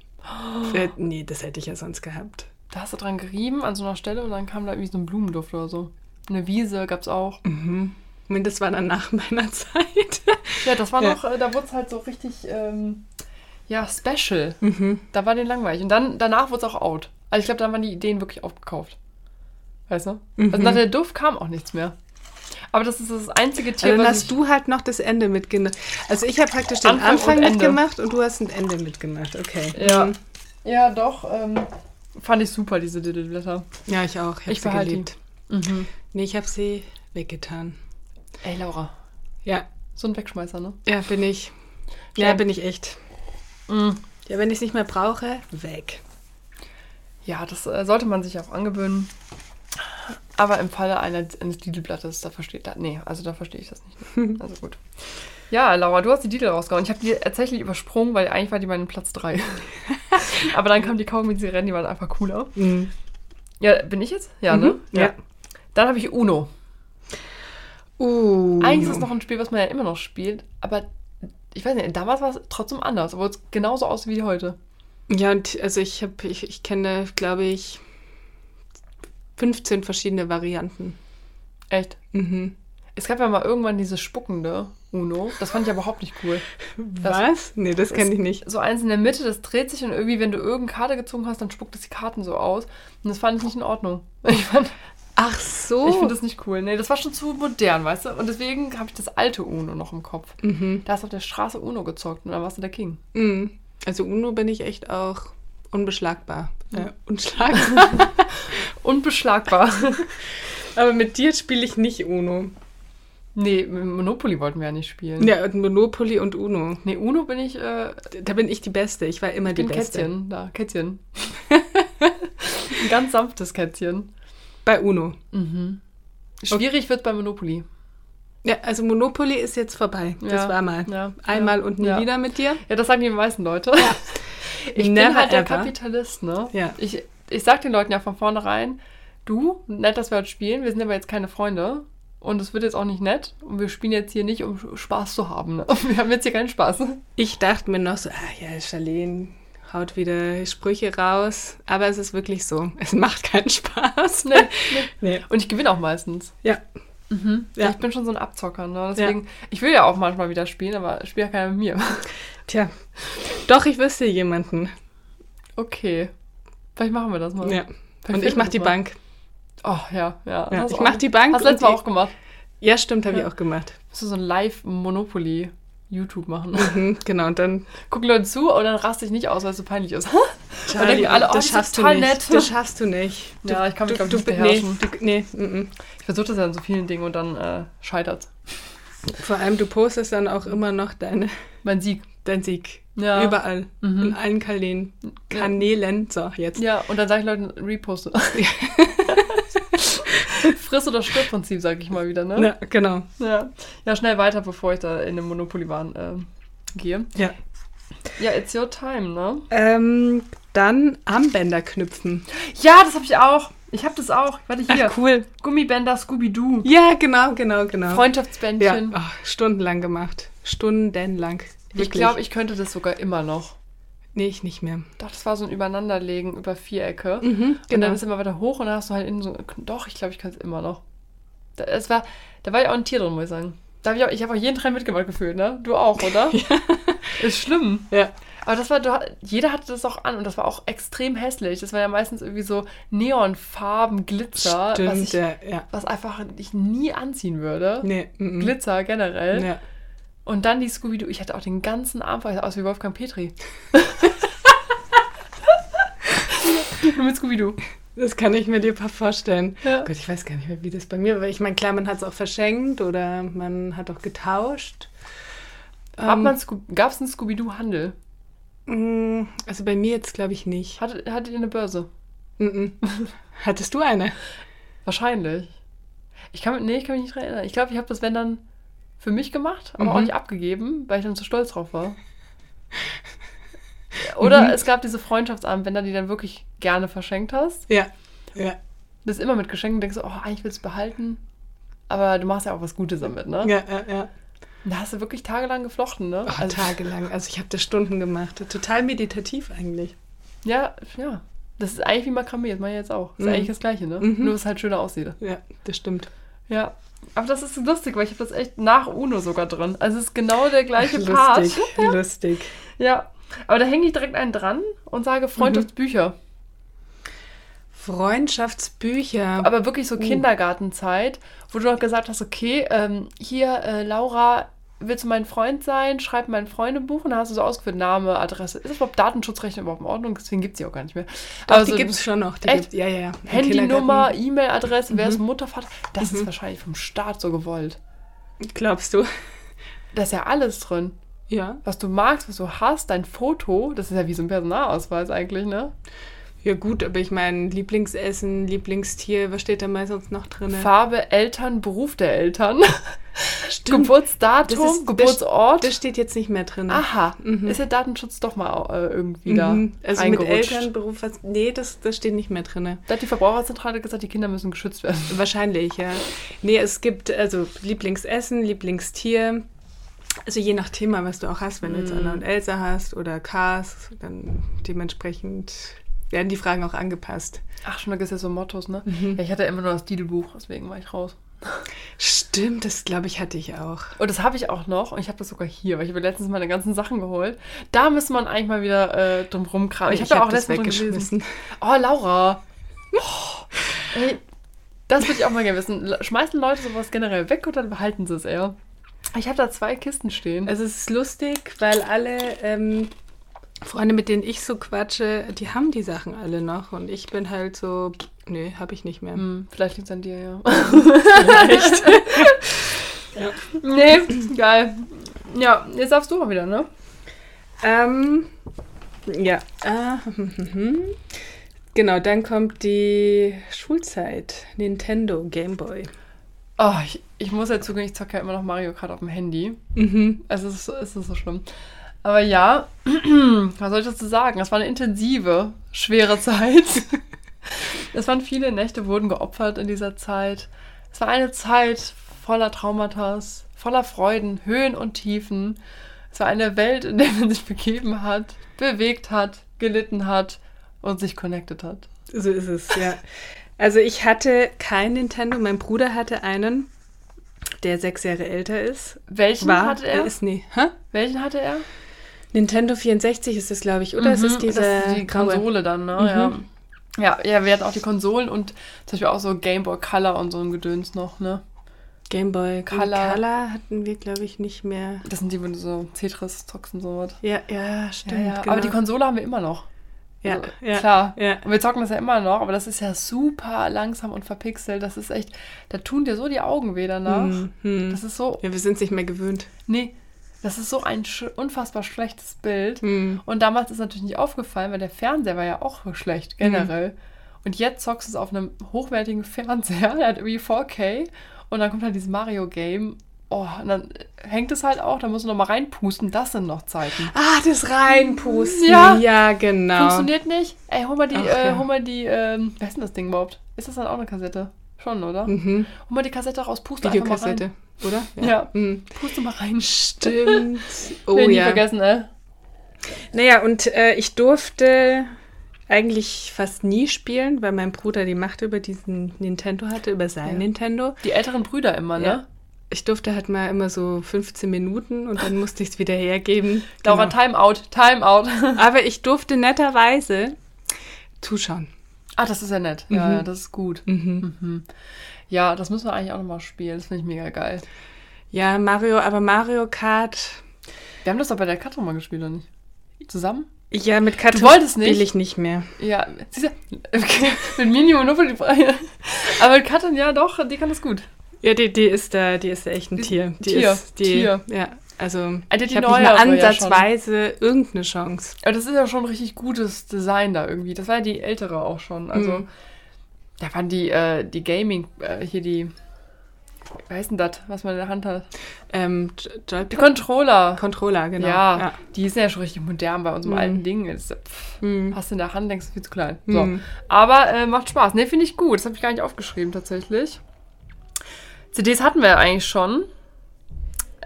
S3: Äh, nee, das hätte ich ja sonst gehabt.
S2: Da hast du dran gerieben an so einer Stelle und dann kam da irgendwie so ein Blumenduft oder so. Eine Wiese gab's auch.
S3: Mhm. Und das war dann nach <laughs> meiner Zeit.
S2: Ja, das war
S3: Ja.
S2: noch, äh, da wurde es halt so richtig, ähm, ja, special. Da war den langweilig. Und dann, danach wurde es auch out. Also ich glaube, dann waren die Ideen wirklich aufgekauft. Weißt du?
S3: Mhm.
S2: Also nach der Duft kam auch nichts mehr. Aber das ist das einzige Tier,
S3: Also dann
S2: was
S3: hast
S2: ich,
S3: du halt noch das Ende mitgenommen. Also ich habe praktisch den
S2: Anfang und
S3: Anfang,
S2: Ende.
S3: mitgemacht und du hast ein Ende mitgemacht. Okay.
S2: Ja.
S3: Mhm.
S2: Ja, doch. Ähm, fand ich super, diese Diddle-Blätter.
S3: Ja, ich auch. Ich habe
S2: Ich
S3: sie
S2: behalte
S3: geliebt.
S2: Mhm.
S3: Nee, ich habe sie weggetan.
S2: Ey, Laura.
S3: Ja,
S2: So ein Wegschmeißer, ne?
S3: ja, bin ich. Ja,
S2: Ja.
S3: bin ich echt.
S2: Mhm.
S3: Ja, wenn ich es nicht mehr brauche, weg.
S2: Ja, das äh, sollte man sich auch angewöhnen. Aber im Falle einer, eines Didelblattes, da versteht da, nee, also da verstehe ich das nicht. Also gut. Ja, Laura, du hast die Didel rausgehauen. Ich habe die tatsächlich übersprungen, weil eigentlich war die mein Platz 3. Aber dann kam die kaugummi sirenen die waren einfach cooler.
S3: Mhm.
S2: Ja, bin ich jetzt? Ja, ne?
S3: Ja.
S2: Dann habe ich Uno.
S3: Uh.
S2: Eigentlich ist es noch ein Spiel, was man ja immer noch spielt, aber ich weiß nicht, damals war es trotzdem anders, obwohl es genauso aus wie heute.
S3: Ja, und also ich habe, ich, ich kenne, glaube ich, 15 verschiedene Varianten.
S2: Echt.
S3: Mhm.
S2: Es gab ja mal irgendwann dieses spuckende Uno. Das fand ich aber überhaupt nicht cool.
S3: Was? Nee, das kenne ich nicht.
S2: so eins in der Mitte, das dreht sich und irgendwie, wenn du irgendeine Karte gezogen hast, dann spuckt es die Karten so aus. Und das fand ich nicht in Ordnung. <laughs> Ich, fand-
S3: Ach
S2: ich
S3: so.
S2: finde das nicht cool. Nee, das war schon zu modern, weißt du? Und deswegen habe ich das alte Uno noch im Kopf.
S3: mhm.
S2: Da hast du auf der Straße Uno gezockt und dann warst du der King.
S3: Mhm. Also UNO bin ich echt auch unbeschlagbar. Äh, <laughs> unschlagbar.
S2: Unbeschlagbar. <laughs>
S3: Aber mit dir spiele ich nicht UNO.
S2: nee, mit Monopoly wollten wir ja nicht spielen.
S3: Ja, und Monopoly und UNO.
S2: Nee, Uno bin ich, äh,
S3: Da bin ich die Beste. Ich war immer
S2: bin
S3: die Beste.
S2: Kätzchen. Da, Kätzchen. <laughs> Ein ganz sanftes Kätzchen. Mhm.
S3: Bei UNO.
S2: Schwierig wird bei Monopoly.
S3: Ja, also Monopoly ist jetzt vorbei. Das
S2: Ja.
S3: war mal.
S2: Ja.
S3: Einmal und nie
S2: Ja.
S3: wieder mit dir.
S2: Ja, das sagen die meisten Leute. <laughs> Ich
S3: Never
S2: bin halt der
S3: ever.
S2: Kapitalist, ne?
S3: Ja.
S2: Ich, ich sag den Leuten ja von vornherein, du, nett, dass wir heute spielen, wir sind aber jetzt keine Freunde und es wird jetzt auch nicht nett und wir spielen jetzt hier nicht, um Spaß zu haben. Ne? <laughs> Wir haben jetzt hier keinen Spaß.
S3: Ich dachte mir noch so, ah ja, Charlene haut wieder Sprüche raus. Aber es ist wirklich so. <laughs> Es macht keinen
S2: <laughs>
S3: Spaß.
S2: Nee,
S3: Nee.
S2: Und ich gewinne auch meistens.
S3: Ja. Ja.
S2: Mhm. Ich bin schon so ein Abzocker, ne? Deswegen, ich will ja auch manchmal wieder spielen, aber spielt ja keiner mit mir. <laughs>
S3: Tja. Doch, ich wüsste jemanden.
S2: Okay. Vielleicht machen wir das mal.
S3: Ja.
S2: Vielleicht
S3: Und
S2: finden
S3: ich
S2: Oh.
S3: mach
S2: wir
S3: die
S2: mal.
S3: Bank.
S2: Oh, ja, ja.
S3: Ja,
S2: Hast du
S3: ich
S2: auch-
S3: mach die Bank
S2: Hast du letztes
S3: und
S2: Mal
S3: die-
S2: auch gemacht.
S3: Ja, stimmt, habe
S2: Ja.
S3: ich auch gemacht.
S2: Musst du so ein Live-Monopoly-YouTube machen.
S3: Mhm, genau, und dann.
S2: gucken Leute zu und dann raste ich nicht aus, weil es so peinlich ist. <laughs> dann denken alle, oh, die
S3: das
S2: sind
S3: schaffst du
S2: total
S3: nicht.
S2: nett.
S3: Das schaffst du nicht. Du,
S2: ja, ich kann mich
S3: du,
S2: glaube ich
S3: du,
S2: nicht
S3: nee,
S2: beherrschen.
S3: du, nee mm, mm.
S2: <laughs> Ich versuche das ja in so vielen Dingen und dann äh, scheitert's.
S3: Vor allem, du postest dann auch immer noch deine,
S2: Mein Sieg.
S3: dein Sieg.
S2: Ja.
S3: Überall.
S2: Mhm.
S3: In allen Kanälen. Kanälen. So, jetzt.
S2: Ja, und dann sage ich Leuten, reposte. <laughs> Friss- oder Schriftprinzip, sage ich mal wieder, ne?
S3: Ja, genau.
S2: Ja. ja, schnell weiter, bevor ich da in den Monopoly-Wahn äh, gehe.
S3: Ja.
S2: Ja, it's your time, ne?
S3: Ähm, dann Armbänder knüpfen.
S2: Ja, das habe ich auch. Ich habe das auch. Warte, hier.
S3: cool.
S2: Gummibänder, Scooby-Doo.
S3: Ja, genau, genau, genau. ja.
S2: Freundschaftsbändchen.
S3: Ach, stundenlang gemacht. Stundenlang. Wirklich.
S2: ich glaube, ich könnte das sogar immer noch.
S3: Nee, ich nicht mehr.
S2: Doch, das war so ein Übereinanderlegen über Vierecke. Und
S3: genau.
S2: dann ist immer weiter hoch und dann hast du halt innen so. Doch, ich glaube, ich kann es immer noch. Da, es war, da war ja auch ein Tier drin, muss ich sagen. Da hab ich, auch- ich habe auch jeden Trend mitgemacht gefühlt, ne? Du auch,
S3: <laughs>
S2: oder? Ist schlimm.
S3: Ja.
S2: Aber das war, du, ha- jeder hatte das auch an und das war auch extrem hässlich. Das war ja meistens irgendwie so Neonfarben, Glitzer, was,
S3: Stimmt,
S2: ich,
S3: ja, ja.
S2: was einfach ich nie anziehen würde.
S3: Nee, mm, mm.
S2: Glitzer generell.
S3: Ja.
S2: Und dann die Scooby-Doo. Ich hatte auch den ganzen Arm voll, ich sah aus wie Wolfgang
S3: <laughs>
S2: Petri. <laughs> Nur mit Scooby-Doo.
S3: Das kann ich mir dir paar vorstellen.
S2: Ja.
S3: Gott, ich weiß gar nicht mehr, wie das bei mir war. Ich meine, klar, man hat es auch verschenkt oder man hat auch getauscht. Ähm,
S2: Gab es einen Scooby-Doo-Handel?
S3: mh, also bei mir jetzt glaube ich nicht.
S2: Hattet, <laughs> hattet ihr eine Börse?
S3: Mm, mm. Hattest du eine?
S2: Wahrscheinlich. Ich kann, nee, ich kann mich nicht dran erinnern. Ich glaube, ich habe das, wenn dann, für mich gemacht, aber auch
S3: Mhm.
S2: nicht abgegeben, weil ich dann zu stolz drauf
S3: <laughs>
S2: war. Oder
S3: Mhm.
S2: es gab diese Freundschaftsabendbänder, die dann wirklich gerne verschenkt hast.
S3: Ja. Ja.
S2: Das ist immer mit Geschenken, denkst du, oh, eigentlich willst du es behalten. Aber du machst ja auch was Gutes damit, ne?
S3: Ja, ja, ja.
S2: Da hast du wirklich tagelang geflochten, ne?
S3: Oh,
S2: Also,
S3: tagelang. Also ich habe das Stunden gemacht. Total meditativ eigentlich.
S2: Ja, ja. Das ist eigentlich wie Makramee, das mache ich jetzt auch. Das ist
S3: Mhm.
S2: eigentlich das Gleiche, ne?
S3: Mhm.
S2: Nur, dass es halt schöner aussieht.
S3: Ja, das stimmt.
S2: Ja. Aber das ist lustig, weil ich habe das echt nach Uno sogar drin. Also es ist genau der gleiche Part.
S3: <laughs> Lustig, lustig.
S2: Ja. Aber da hänge ich direkt einen dran und sage
S3: Mhm.
S2: Freundschaftsbücher.
S3: Freundschaftsbücher.
S2: Aber wirklich
S3: Uh.
S2: so Kindergartenzeit, wo du noch gesagt hast, okay, ähm, hier, äh, Laura, willst du mein Freund sein? Schreib mein Freundebuch und da hast du so ausgeführt, Name, Adresse. Ist das überhaupt Datenschutzrecht überhaupt in Ordnung? Deswegen gibt es die auch gar nicht mehr.
S3: Doch,
S2: Aber
S3: die
S2: so
S3: gibt es schon noch. Die
S2: also Echt?
S3: gibt's- ja, ja, ja. Im
S2: Handynummer, E-Mail-Adresse, wer ist
S3: Mhm.
S2: Mutter, Vater? Das ist wahrscheinlich vom Staat so gewollt.
S3: Kindergarten. Glaubst du?
S2: Da ist ja alles drin.
S3: Ja.
S2: Was du magst, was du hast, dein Foto, das ist ja wie so ein Personalausweis eigentlich, ne?
S3: Ja, gut, aber ich meine, Lieblingsessen, Lieblingstier, was steht da meistens noch drin?
S2: Farbe, Eltern, Beruf der Eltern, <laughs>
S3: Stimmt.
S2: Geburtsdatum,
S3: Das ist- das-
S2: Geburtsort.
S3: Das steht jetzt nicht mehr drin.
S2: Aha,
S3: Mhm.
S2: ist der Datenschutz doch mal äh, irgendwie da
S3: Mhm. Also mit
S2: reingerutscht.
S3: Eltern, Beruf, was. Nee, das, das steht nicht mehr drin.
S2: Da hat die Verbraucherzentrale gesagt, die Kinder müssen geschützt werden. <laughs>
S3: Wahrscheinlich, ja. Nee, es gibt also Lieblingsessen, Lieblingstier. Also je nach Thema, was du auch hast, wenn du jetzt Anna und Elsa hast oder Cars, dann dementsprechend werden die Fragen auch angepasst.
S2: Ach, schon, da gibt es ja so Mottos, ne?
S3: Mhm.
S2: Ja, ich hatte immer nur das Didelbuch, deswegen war ich raus.
S3: Stimmt, das glaube ich hatte ich auch.
S2: Und das habe ich auch noch. Und ich habe das sogar hier, weil ich habe letztens meine ganzen Sachen geholt. Da müsste man eigentlich mal wieder äh, drum rumkramen. Ich habe da auch letztens drin gelesen. Oh, Laura. Oh, ey, das würde ich auch mal gerne wissen. Le- Schmeißen Leute sowas generell weg oder behalten sie es eher? Ich habe da zwei Kisten stehen.
S3: Also es ist lustig, weil alle ähm, Freunde, mit denen ich so quatsche, die haben die Sachen alle noch und ich bin halt so, nee, habe ich nicht mehr.
S2: Hm, vielleicht liegt es an dir, ja. Vielleicht. Nee, geil. Ja, jetzt darfst du mal wieder, ne?
S3: Ähm, ja. <laughs> Ah, hm, hm, hm. genau, dann kommt die Schulzeit. Nintendo, Game Boy.
S2: Oh, ich, ich muss ja zugeben, ich zocke ja immer noch Mario Kart auf dem Handy.
S3: Mhm.
S2: Also es ist, es ist so schlimm. Aber ja, <clears throat> was soll ich dazu sagen? Es war eine intensive, schwere Zeit.
S3: <laughs>
S2: es waren viele Nächte, wurden geopfert in dieser Zeit. Es war eine Zeit voller Traumata, voller Freuden, Höhen und Tiefen. Es war eine Welt, in der man sich begeben hat, bewegt hat, gelitten hat und sich connected hat.
S3: So ist es,
S2: <laughs>
S3: ja. Also ich hatte kein Nintendo, mein Bruder hatte einen, der sechs Jahre älter ist.
S2: Welchen
S3: War,
S2: Hm,
S3: äh,
S2: hatte er?
S3: Ist nie. Hä?
S2: Welchen hatte er?
S3: Nintendo 64 ist es, glaube ich, oder? es
S2: Mhm,
S3: ist diese
S2: das ist die
S3: graue. Mhm.
S2: Konsole dann, ne? Ja. ja. Ja, wir hatten auch die Konsolen und zum Beispiel auch so Game Boy Color und so ein Gedöns noch, ne?
S3: Game Boy
S2: Color.
S3: Color. Color hatten wir, glaube ich, nicht mehr.
S2: Das sind die, wo du so Tetris zockst und sowas.
S3: Ja, ja, stimmt.
S2: Ja, ja.
S3: Genau.
S2: Aber die Konsole haben wir immer noch.
S3: ja,
S2: Also,
S3: ja,
S2: Klar.
S3: Ja.
S2: Und wir zocken das ja immer noch, aber das ist ja super langsam und verpixelt. Das ist echt, da tun dir so die Augen weh danach.
S3: Mhm.
S2: Das ist so,
S3: Ja, wir sind es nicht mehr gewöhnt.
S2: nee, das ist so ein sch unfassbar schlechtes Bild.
S3: Hm.
S2: Und damals ist natürlich nicht aufgefallen, weil der Fernseher war ja auch schlecht, generell. Und jetzt zockst du es auf einem hochwertigen Fernseher, der hat irgendwie 4K und dann kommt halt dieses Mario-Game. Oh, und dann hängt es halt auch, da musst du nochmal reinpusten, das sind noch Zeiten.
S3: Ah, das Reinpusten.
S2: Ja.
S3: Ja, genau.
S2: Funktioniert nicht? Ey, hol mal die,
S3: Ach,
S2: äh,
S3: ja.
S2: hol mal die, ähm, wer ist denn das Ding überhaupt? Ist das dann auch eine Kassette? Schon, oder?
S3: Mhm.
S2: Hol mal die Kassette raus, puste einfach mal rein.
S3: Videokassette, oder?
S2: Ja.
S3: Mhm.
S2: Puste mal rein.
S3: <laughs> Stimmt. Oh
S2: Will ich nie
S3: ja.
S2: vergessen, ne? ey.
S3: Naja, und äh, ich durfte eigentlich fast nie spielen, weil mein Bruder die Macht über diesen Nintendo hatte, über sein
S2: Ja.
S3: Nintendo.
S2: Die älteren Brüder immer, ne?
S3: Ja. Ich durfte halt mal immer so 15 Minuten und dann musste ich es wieder hergeben.
S2: Laura,
S3: Genau.
S2: Timeout, Timeout.
S3: Aber ich durfte netterweise zuschauen.
S2: Ah, das ist ja nett. Ja,
S3: Mhm.
S2: ja, das ist gut.
S3: Mhm.
S2: Ja, das müssen wir eigentlich auch nochmal spielen. Das finde ich mega geil.
S3: Ja, Mario, aber Mario Kart.
S2: Wir haben das doch bei der Katrin mal gespielt, oder nicht? Zusammen?
S3: Ja, mit Karten
S2: Du wolltest nicht?
S3: spiele ich nicht mehr.
S2: Ja, siehst du, <laughs> okay, mit Mini Monopoly. Aber mit Katrin, ja doch, die kann das gut.
S3: Ja, die, die ist da, die ist da echt ein
S2: Die-
S3: Tier. Die
S2: Tier,
S3: ist die,
S2: Tier.
S3: Ja, also
S2: Alter, die
S3: ich habe
S2: neue
S3: nicht mal
S2: aber ja schon.
S3: ansatzweise irgendeine Chance.
S2: Aber das ist ja schon richtig gutes Design da irgendwie. Das war ja die ältere auch schon. Also,
S3: Mhm.
S2: da waren die, äh, die Gaming, äh, hier die Wie heißt denn das, was man in der Hand hat?
S3: Ähm, Joy
S2: Die Controller.
S3: Controller, genau.
S2: Ja, die ist ja schon richtig modern bei unserem
S3: Mhm.
S2: alten Ding. Das, ist, pff,
S3: Mhm.
S2: Hast du in der Hand, denkst du viel zu klein. So.
S3: Mhm.
S2: Aber äh, macht Spaß. Ne, finde ich gut. Das habe ich gar nicht aufgeschrieben tatsächlich. CDs hatten wir ja eigentlich schon.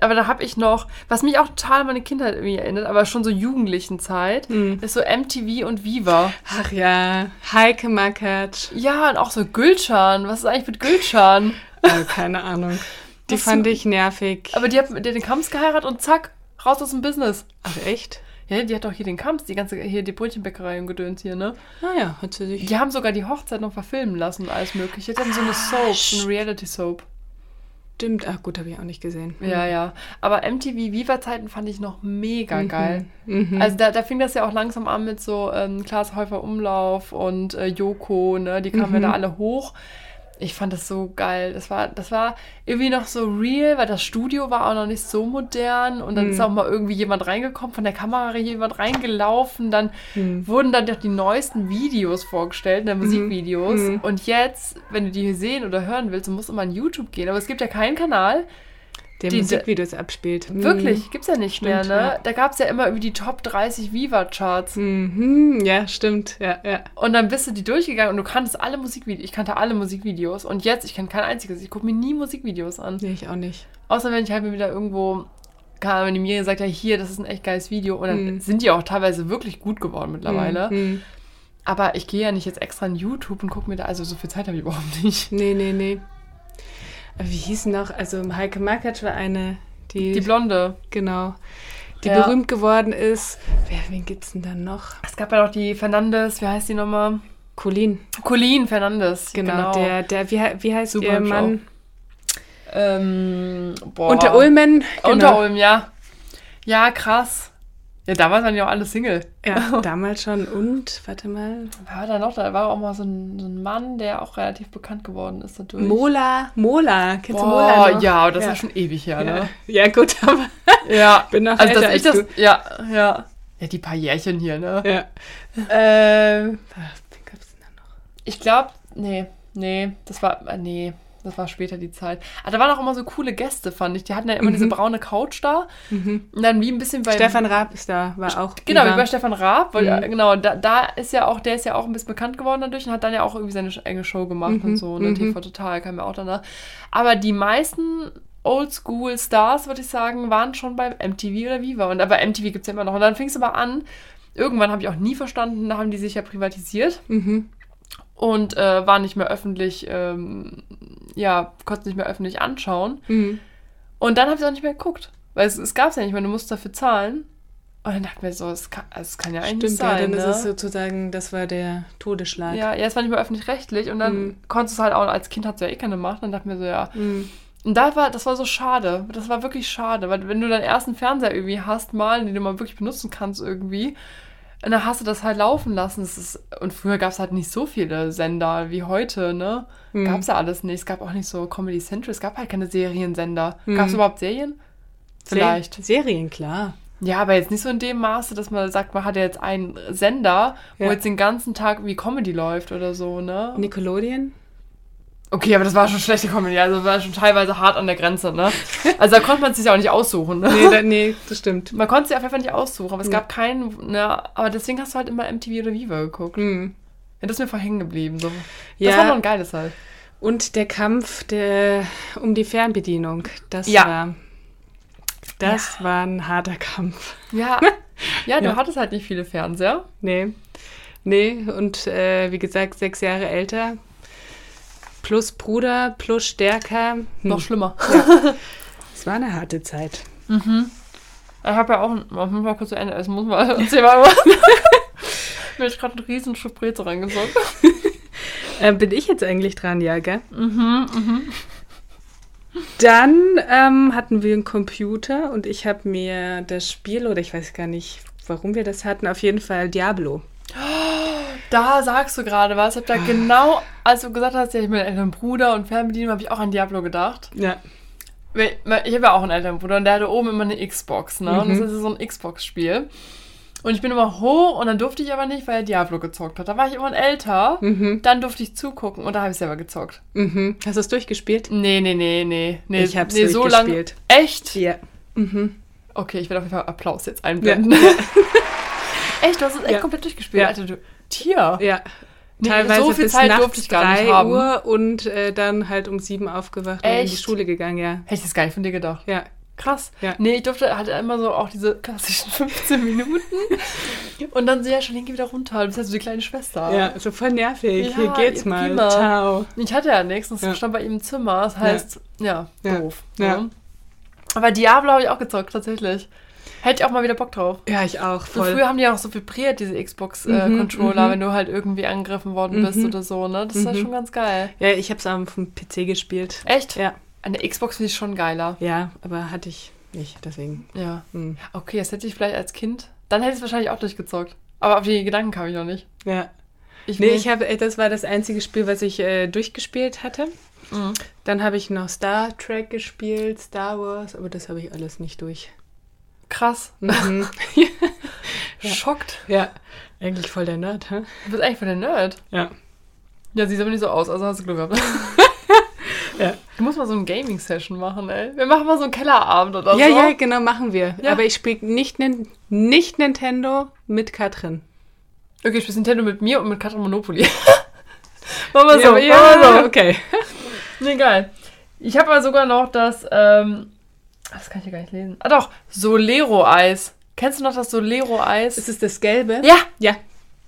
S2: Aber da habe ich noch, was mich auch total an meine Kindheit irgendwie erinnert, aber schon so jugendlichen Zeit, ist so MTV und Viva.
S3: Ach ja, Heike Makatsch.
S2: Ja, und auch so Gülschan. Was ist eigentlich mit Gülschan?
S3: Äh, keine
S2: <laughs>
S3: Ahnung. Die
S2: Was
S3: fand ich nervig.
S2: Aber die hat mit den Kamps geheiratet und zack, raus aus dem Business.
S3: Ach echt?
S2: Ja, die hat doch hier den Kamps, die ganze, hier die Brötchenbäckerei und Gedöns hier, ne?
S3: Naja, Ah hat sie sich.
S2: Die haben sogar die Hochzeit noch verfilmen lassen und alles mögliche. Die haben so eine Soap, so eine Reality-Soap.
S3: Stimmt. Ach gut, habe ich auch nicht gesehen.
S2: Ja, ja. Aber MTV Viva-Zeiten fand ich noch mega geil.
S3: Mhm.
S2: Also da, da fing das ja auch langsam an mit so ähm, Klaas Häufer Umlauf und äh, Joko, ne? Die kamen
S3: Mhm.
S2: ja da alle hoch. Ich fand das so geil. Das war, das war irgendwie noch so real, weil das Studio war auch noch nicht so modern. Und dann ist
S3: Mhm.
S2: auch mal irgendwie jemand reingekommen, von der Kamera jemand reingelaufen. Dann
S3: Mhm.
S2: wurden dann doch die neuesten Videos vorgestellt, ne, Musikvideos.
S3: Mhm.
S2: Und jetzt, wenn du die hier sehen oder hören willst, du musst immer an YouTube gehen. Aber es gibt ja keinen Kanal,
S3: der
S2: die-
S3: Musikvideos abspielt. Mhm.
S2: Wirklich, gibt's ja nicht mehr,
S3: Stimmt,
S2: ne?
S3: ja.
S2: Da gab's ja immer über die Top 30 Viva-Charts.
S3: Mhm. Ja, stimmt. Ja, ja.
S2: Und dann bist du die durchgegangen und du kanntest alle Musikvideos. Ich kannte alle Musikvideos. Und jetzt, ich kann kein einziges. Ich gucke mir nie Musikvideos an.
S3: Nee, ich auch nicht.
S2: Außer wenn ich halt mir wieder irgendwo, keine Ahnung, wenn die mir gesagt hat, hier, das ist ein echt geiles Video. Und dann
S3: Mhm.
S2: sind die auch teilweise wirklich gut geworden mittlerweile.
S3: Mhm.
S2: Aber ich gehe ja nicht jetzt extra in YouTube und gucke mir da, also so viel Zeit habe ich überhaupt nicht.
S3: Nee, nee, nee. Aber Wie hieß noch? Also Heike Makatsch war eine, die,
S2: Die Blonde.
S3: genau, die
S2: Ja.
S3: berühmt geworden ist. Wer, wen gibt's denn dann noch?
S2: Es gab ja noch die Fernandes, wie heißt die nochmal?
S3: Colin,
S2: Colleen Fernandes.
S3: genau. Der, der, wie, he- wie heißt
S2: Super
S3: ihr
S2: hübsch
S3: Mann?
S2: ähm, boah.
S3: Unter Ulmen. Genau.
S2: Unter Ulm, ja. Ja, krass. Ja, damals waren die auch alle Single. <laughs>
S3: Ja, damals schon. Und, warte mal.
S2: Wer war da noch? Da war auch mal so ein, so ein Mann, der auch relativ bekannt geworden ist dadurch.
S3: Mola. Mola. Kennst du Mola?
S2: Boah,
S3: Noch?
S2: ja, aber das
S3: Ja.
S2: ist schon ewig her,
S3: Ja.
S2: ne?
S3: ja, gut, aber.
S2: Ja.
S3: Bin noch
S2: also, dass
S3: älter
S2: ich
S3: als
S2: das. Ja, ja. Ja, die paar Jährchen hier, ne?
S3: <laughs> Ja. Ähm, ach, wen gab's denn da noch?
S2: Ich glaube, nee, nee, das war, äh, nee, das war später die Zeit. Aber da waren auch immer so coole Gäste, fand ich. Die hatten ja immer diese braune Couch da. Und dann wie ein bisschen bei.
S3: Stefan Raab ist da, war auch.
S2: Genau, wie
S3: Viva.
S2: bei Stefan Raab, weil
S3: Mhm.
S2: ja, genau, da, da ist ja auch, der ist ja auch ein bisschen bekannt geworden dadurch und hat dann ja auch irgendwie seine sch- eigene Show gemacht und so. Ne?
S3: mhm.
S2: TV Total kam ja auch danach. Aber die meisten Oldschool-Stars, würde ich sagen, waren schon beim MTV oder Viva. Und aber MTV gibt es ja immer noch. Und dann fing es aber an, irgendwann habe ich auch nie verstanden, da haben die sich ja privatisiert
S3: Mhm.
S2: und äh, waren nicht mehr öffentlich, ähm, ja, konnten nicht mehr öffentlich anschauen.
S3: Mhm.
S2: Und dann habe ich auch nicht mehr geguckt. Weil es, es gab es ja nicht mehr, du musst dafür zahlen. Und dann dachte ich mir so, es kann, es kann ja eigentlich Stimmt,
S3: Stimmt,
S2: sein.
S3: ja, dann
S2: ne?
S3: ist es sozusagen, das war der Todesschlag.
S2: ja, ja, es war nicht mehr öffentlich-rechtlich und dann
S3: Mhm.
S2: konntest du es halt auch, als Kind hat ja eh keine Macht. Und dann dachte ich mir so, ja.
S3: Mhm.
S2: Und da war, das war so schade. Das war wirklich schade. Weil wenn du deinen ersten Fernseher irgendwie hast, mal, den du mal wirklich benutzen kannst irgendwie, und dann hast du das halt laufen lassen. Das ist, und früher gab es halt nicht so viele Sender wie heute, ne?
S3: Mhm.
S2: Gab es ja alles nicht. Es gab auch nicht so Comedy Central, es gab halt keine Seriensender.
S3: Hm.
S2: Gab es überhaupt Serien? Vielleicht.
S3: Se Serien, klar.
S2: Ja, aber jetzt nicht so in dem Maße, dass man sagt, man hat ja jetzt einen Sender, wo
S3: Ja.
S2: jetzt den ganzen Tag wie Comedy läuft oder so, ne? <laughs>
S3: Nickelodeon?
S2: Okay, aber das war schon schlechte Comedy, also war schon teilweise hart an der Grenze,
S3: <laughs>
S2: ne? Also da konnte man es sich ja auch nicht aussuchen, ne?
S3: Nee, da, nee das stimmt.
S2: Man konnte es ja auf jeden Fall nicht aussuchen, aber es gab keinen, ne? Aber deswegen hast du halt immer MTV oder Viva geguckt.
S3: Mhm.
S2: Ja, das ist mir voll hängen geblieben, so. Das
S3: Ja.
S2: war noch ein geiles halt.
S3: Und der Kampf der, um die Fernbedienung, das
S2: Ja.
S3: war. Das war ein harter Kampf. <laughs>
S2: Ja. Ja, du
S3: Ja.
S2: hattest halt nicht viele Fernseher.
S3: Nee. Nee, und äh, wie gesagt, sechs Jahre älter. Plus Bruder, plus stärker. Hm.
S2: Noch
S3: <laughs>
S2: schlimmer.
S3: es war eine harte Zeit.
S2: Ich habe ja auch, man muss mal kurz zu Ende, es muss mal, <laughs> erzähl mal was.
S3: <laughs>
S2: Mir ist gerade ein riesen Spreze reingezogen.
S3: Äh, bin ich jetzt eigentlich dran, ja, gell?
S2: Mhm,
S3: Dann ähm, hatten wir einen Computer und ich habe mir das Spiel, oder ich weiß gar nicht, warum wir das hatten, auf jeden Fall Diablo.
S2: Da sagst du gerade was. Ich habe da genau, als du gesagt hast, ja, ich bin ein älteren Bruder und Fernbedienung, habe ich auch an Diablo gedacht.
S3: Ja. Mhm.
S2: Weil- weil Ich habe ja auch einen älteren Bruder und der hatte oben immer eine Xbox, ne? Und das ist so ein Xbox-Spiel. Und ich bin immer hoch und dann durfte ich aber nicht, weil er Diablo gezockt hat. Da war ich immer älter. Dann durfte ich zugucken und da habe ich selber gezockt.
S3: Mhm. Hast du es durchgespielt?
S2: Nee, nee, nee, nee. nee
S3: Ich hab's
S2: nee, so lang-
S3: durchgespielt.
S2: Echt?
S3: Ja.
S2: Okay, ich werde auf jeden Fall Applaus jetzt einblenden. <laughs> echt, du hast es echt
S3: Ja.
S2: komplett durchgespielt.
S3: Ja.
S2: Alter, du Tier.
S3: Ja.
S2: Nee,
S3: Teilweise
S2: so viel
S3: bis
S2: Zeit
S3: nachts
S2: durfte ich gar
S3: drei
S2: nicht haben.
S3: Uhr und äh, dann halt um sieben aufgewacht und in die
S2: Echt?
S3: Schule gegangen, ja.
S2: Hätte ich das gar nicht von dir gedacht.
S3: Ja.
S2: Krass.
S3: Ja.
S2: Nee, ich durfte halt immer so auch diese klassischen <laughs> 15 Minuten. Und dann so, ja, schon wieder runter. Du bist ja so die kleine Schwester.
S3: Ja, so voll nervig.
S2: Ja,
S3: Hier geht's
S2: ihr
S3: mal.
S2: Klima.
S3: Ciao.
S2: Und Ich hatte ja nichts, das
S3: Ja.
S2: stand bei ihm im Zimmer. Das heißt, ja,
S3: Ja.
S2: doof.
S3: Ja.
S2: ne? Aber Diablo habe ich auch gezockt, tatsächlich. Hätte ich auch mal wieder Bock drauf.
S3: Ja, ich auch.
S2: So
S3: Voll.
S2: früher haben die auch so vibriert, diese
S3: Mhm,
S2: Xbox-Controller,
S3: mhm.
S2: wenn du halt irgendwie angegriffen worden bist
S3: Mhm.
S2: oder so, ne? Das war
S3: Mhm.
S2: schon ganz geil.
S3: ja, ich hab's am vom PC gespielt.
S2: Echt?
S3: Ja.
S2: Eine Xbox finde ich schon geiler.
S3: Ja, aber hatte ich nicht, deswegen.
S2: Ja.
S3: Hm.
S2: Okay, das hätte ich vielleicht als Kind. Dann hätte ich es wahrscheinlich auch durchgezockt. Aber auf die Gedanken kam ich noch nicht.
S3: Ja.
S2: Ich
S3: Nee,
S2: nicht.
S3: ich habe, das war das einzige Spiel, was ich äh, durchgespielt hatte.
S2: Mhm.
S3: Dann habe ich noch Star Trek gespielt, Star Wars, aber das habe ich alles nicht durch.
S2: krass.
S3: Mhm.
S2: Schockt.
S3: <laughs> ja, eigentlich voll der Nerd, hä?
S2: Du bist eigentlich voll der Nerd.
S3: Ja.
S2: Ja, siehst aber nicht so aus, also hast du Glück gehabt.
S3: <laughs> Ja.
S2: Du musst mal so eine Gaming-Session machen, ey. Wir machen mal so einen Kellerabend oder
S3: ja,
S2: so.
S3: ja, genau, machen wir.
S2: Ja.
S3: Aber ich spiele nicht, Nin nicht Nintendo mit Katrin.
S2: Okay, spielst Nintendo mit mir und mit Katrin Monopoly. <laughs> machen wir
S3: Also, Ja,
S2: so.
S3: aber-
S2: Ja, machen wir so.
S3: ja, okay.
S2: Nee, geil. Ich habe aber sogar noch das, ähm, das kann ich ja gar nicht lesen. Ah doch, Solero-Eis. Kennst du noch das Solero-Eis?
S3: Ist es das Gelbe?
S2: Ja,
S3: Ja.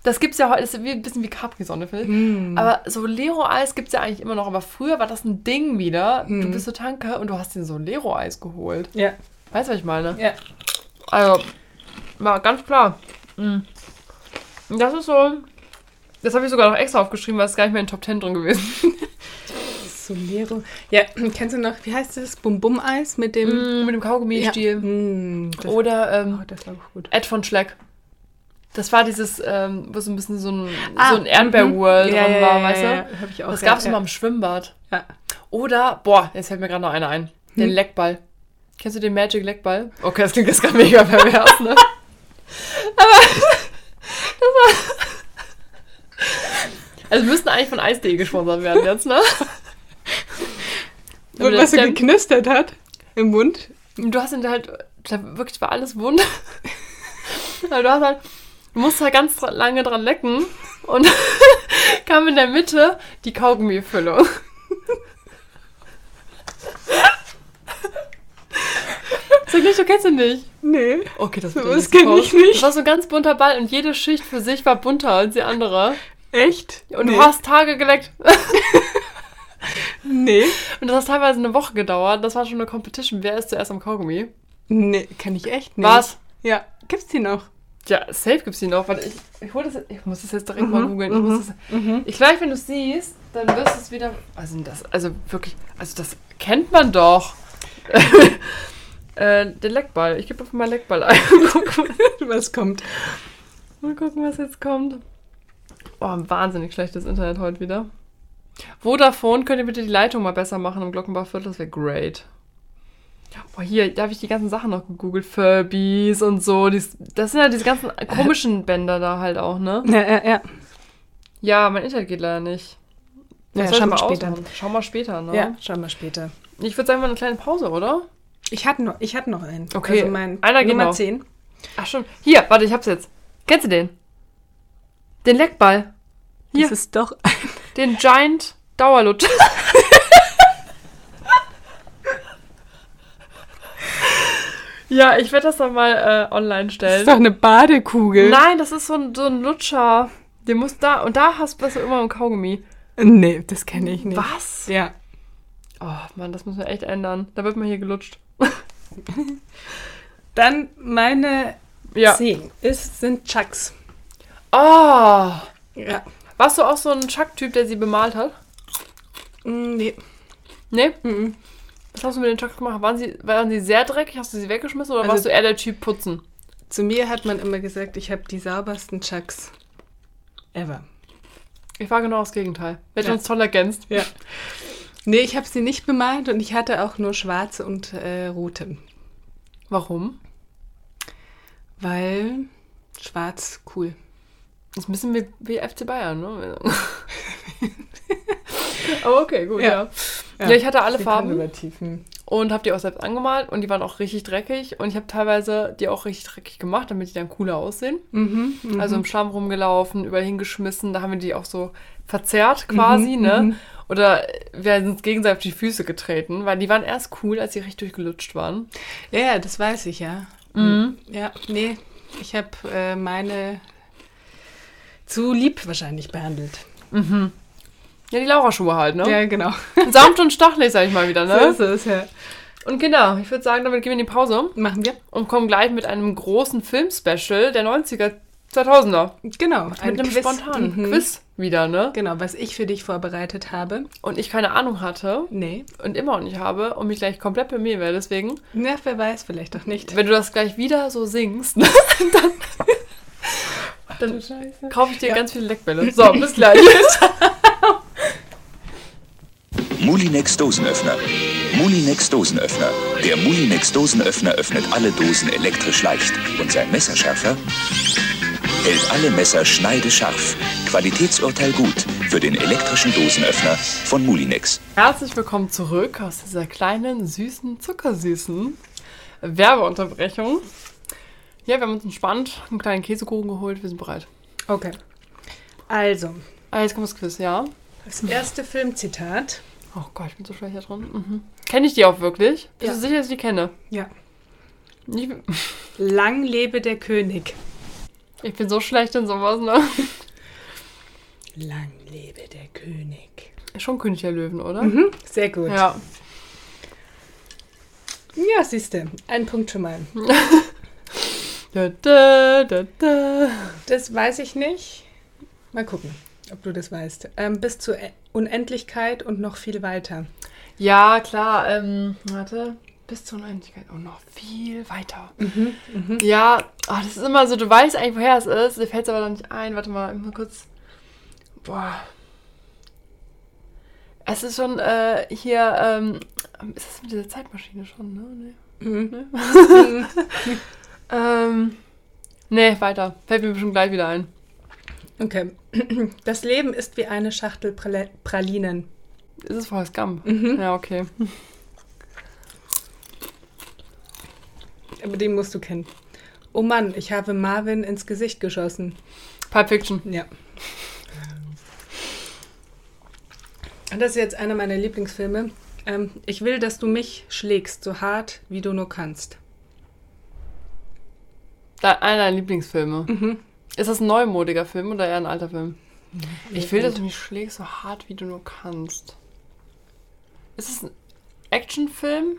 S2: das gibt's ja heute, das ist wie- ein bisschen wie Capri-Sonne, finde ich.
S3: Mm.
S2: Aber Solero-Eis gibt's ja eigentlich immer noch, aber früher war das ein Ding wieder.
S3: Mm.
S2: Du bist zur Tanke und du hast den Solero-Eis geholt.
S3: Ja.
S2: Weißt du, was ich meine?
S3: Ja.
S2: Also, mal ganz klar.
S3: Mm.
S2: Mhm. Das ist so, das habe ich sogar noch extra aufgeschrieben, weil es gar nicht mehr in den Top 10 drin gewesen.
S3: Solero. Ja, kennst du noch, wie heißt das? Bum-Bum-Eis mit dem...
S2: Mm, Mit dem Kaugummi-Stiel.
S3: Mm, das,
S2: Oder ähm,
S3: oh, das war auch gut.
S2: Ed von Schleck. Das war dieses, ähm, wo so ein bisschen so ein,
S3: Ah,
S2: so ein Erdbeer-World
S3: mhm. Ja,
S2: dran
S3: ja,
S2: war,
S3: ja,
S2: weißt du?
S3: ja, ja, hab ich auch,
S2: das
S3: ja,
S2: gab es
S3: ja.
S2: immer im Schwimmbad.
S3: Ja.
S2: Oder, boah, jetzt fällt mir gerade noch einer ein. Den Leckball. Kennst du den Magic Leckball? Okay, das klingt jetzt gerade mega pervers, <laughs> ne? Aber das war. <laughs> Also wir müssten eigentlich von Eis.de gesponsert werden jetzt, ne?
S3: Und was so
S2: Der-
S3: geknistert hat im Mund.
S2: Du hast ihn halt, da wirklich war alles wund. Aber du hast halt, du musst halt ganz dra- lange dran lecken und <laughs> kam in der Mitte die Kaugummifüllung. Sag nicht, du kennst ihn nicht.
S3: Nee.
S2: Okay, das,
S3: So
S2: wird ja
S3: was
S2: jetzt
S3: kenn ich
S2: raus.
S3: nicht.
S2: Das war so ein ganz bunter Ball und jede Schicht für sich war bunter als die andere.
S3: Echt?
S2: Und
S3: nee.
S2: du hast Tage geleckt. <laughs>
S3: Nee.
S2: Und das hat teilweise eine Woche gedauert. Das war schon eine Competition. Wer ist zuerst am Kaugummi?
S3: Nee, kann ich echt nicht.
S2: Was?
S3: Ja. Gibt's die noch? <laughs>
S2: Ja, safe gibt's die noch. Warte, ich, ich, hol das, jetzt- ich muss das jetzt direkt
S3: Mhm,
S2: mal googeln. Ich, muss das- ich glaube, wenn du es siehst, dann wirst du es wieder. Also, das, also wirklich, also das kennt man doch. <laughs> äh, den Leckball. Ich gebe einfach mal Leckball ein und guck mal-
S3: Was kommt?
S2: mal gucken, was jetzt kommt. Oh, ein wahnsinnig schlechtes Internet heute wieder. Vodafone, könnt ihr bitte die Leitung mal besser machen im Glockenbachviertel? Das wäre great. Boah, hier, da habe ich die ganzen Sachen noch gegoogelt. Furbies und so. Dies, das sind ja diese ganzen komischen Bänder da halt auch, ne?
S3: Ja, ja, ja.
S2: Ja, mein Internet geht leider nicht.
S3: Ja,
S2: Das soll ich
S3: schauen wir
S2: mal
S3: später.
S2: ausmachen. Schau mal später, ne?
S3: Ja, schauen wir später.
S2: Ich würde sagen, mal eine kleine Pause, oder?
S3: Ich hatte noch, ich hatte noch einen.
S2: Okay,
S3: Also mein
S2: einer geht
S3: Nummer
S2: noch.
S3: 10.
S2: Ach schon. Hier, warte, ich hab's jetzt. Kennst du den? Den Leckball.
S3: Das
S2: Hier.
S3: ist doch
S2: Den Giant
S3: <laughs>
S2: Dauerlutsch. ja, ich werde das dann mal äh, online
S3: das ist
S2: stellen.
S3: doch eine Badekugel.
S2: Nein, das ist so ein, so ein Lutscher. Den musst da und da hast bist du immer im Kaugummi.
S3: Nee, das kenne ich nicht.
S2: Was?
S3: Ja.
S2: Oh Mann, das müssen wir echt ändern. Da wird man hier gelutscht.
S3: Dann meine
S2: Ja.
S3: 10 ist, sind Chucks.
S2: Oh.
S3: Ja.
S2: Warst du auch so ein Chuck-Typ, der sie bemalt hat?
S3: Mm, Nee.
S2: Nee?
S3: Mhm.
S2: Was hast du mit den Chucks gemacht? Waren sie, waren sie sehr dreckig? Hast du sie weggeschmissen oder
S3: Also-
S2: warst du eher der Typ putzen?
S3: Zu mir hat man immer gesagt, ich habe die saubersten Chucks ever.
S2: Ich war genau das Gegenteil. Wir hätten
S3: Ja.
S2: uns toll ergänzt.
S3: Ja. <laughs> Nee, ich habe sie nicht bemalt und ich hatte auch nur schwarze und äh, rote.
S2: Warum?
S3: Weil
S1: Schwarz, cool.
S2: Das ist ein bisschen wie, wie FC Bayern, ne? <laughs> Aber okay, gut, ja. Ja, ich hatte alle
S1: Die
S2: Farben
S1: Konservativen.
S2: und habe die auch selbst angemalt und die waren auch richtig dreckig und ich habe teilweise die auch richtig dreckig gemacht, damit die dann cooler aussehen.
S1: Mhm, mhm.
S2: Also im Schlamm rumgelaufen, überall hingeschmissen. Da haben wir die auch so verzerrt
S1: Mhm,
S2: quasi, ne? Oder wir sind uns gegenseitig auf die Füße getreten, weil die waren erst cool, als sie richtig durchgelutscht waren.
S1: Ja, ja, das weiß ich ja.
S2: Mhm.
S1: Ja, nee, ich habe äh, meine zu lieb wahrscheinlich behandelt.
S2: Ja, die Laura-Schuhe halt, ne?
S3: <laughs>
S1: genau.
S2: Samt und stachelig, sag ich mal wieder,
S1: So
S2: ne?
S1: ist es, ja.
S2: Und genau, ich würde sagen, damit gehen wir in die Pause
S1: Machen wir?
S2: und kommen gleich mit einem großen Film-Special der 90er, 2000er.
S1: Genau.
S2: mit einem spontanen
S1: Mhm.
S2: Quiz wieder, ne?
S1: Genau, was ich für dich vorbereitet habe.
S2: Und ich keine Ahnung hatte
S1: Nee.
S2: und immer noch nicht habe und mich gleich komplett bei mir wäre. Deswegen,
S1: Na, wer weiß, vielleicht auch nicht.
S2: wenn du das gleich wieder so singst, <laughs> dann, dann kaufe ich dir ganz viele Leckbälle. So, bis gleich.
S4: Mulinex Dosenöffner. Mulinex Dosenöffner. Der Mulinex Dosenöffner öffnet alle Dosen elektrisch leicht. Und sein Messerschärfer hält alle Messer schneidescharf. Qualitätsurteil gut für den elektrischen Dosenöffner von Mulinex.
S2: Herzlich willkommen zurück aus dieser kleinen, süßen, zuckersüßen Werbeunterbrechung. Ja, wir haben uns entspannt, einen kleinen Käsekuchen geholt, wir sind bereit.
S1: Okay.
S3: Also,
S2: Ah, jetzt kommt das Quiz, ja?
S3: das erste Filmzitat.
S2: Oh Gott, ich bin so schlecht da drin. Mhm. Kenne ich die auch wirklich? Bist du sicher, dass ich die kenne?
S1: Ja.
S2: Ich,
S3: Lang lebe der König.
S2: ich bin so schlecht in sowas, ne?
S3: Lang lebe der König.
S2: Schon König der Löwen, oder?
S3: Mhm. Sehr gut. Ja,
S2: Ja.
S3: ja siehste, einen Punkt schon mal.
S2: Da, da, da, da.
S3: Das weiß ich nicht. Mal gucken, ob du das weißt. Ähm, bis zur E- Unendlichkeit und noch viel weiter.
S2: Ja, klar. Ähm, warte. Bis zur Unendlichkeit. Und noch viel weiter. Ja, ah, das ist immer so, du weißt eigentlich, woher es ist. Dir fällt es aber dann nicht ein. Warte mal, immer kurz. Boah. Es ist schon äh, hier, ähm, ist das mit dieser Zeitmaschine schon, ne? Nee. Nee. <laughs> ähm, nee, weiter. Fällt mir bestimmt gleich wieder ein.
S3: Okay. <clears throat> Das Leben ist wie eine Schachtel Prale- Pralinen.
S2: Ist es Forrest Gump? Ja, okay.
S3: Aber den musst du kennen. Oh Mann, ich habe Marvin ins Gesicht geschossen.
S2: Pulp Fiction.
S3: Ja. Und Das ist jetzt einer meiner Lieblingsfilme. Ähm, ich will, dass du mich schlägst, so hart wie du nur kannst.
S2: De einer deiner Lieblingsfilme. Ist das ein neumodiger Film oder eher ein alter Film? Ich will, dass du mich schlägst so hart, wie du nur kannst. Ist es ein Actionfilm?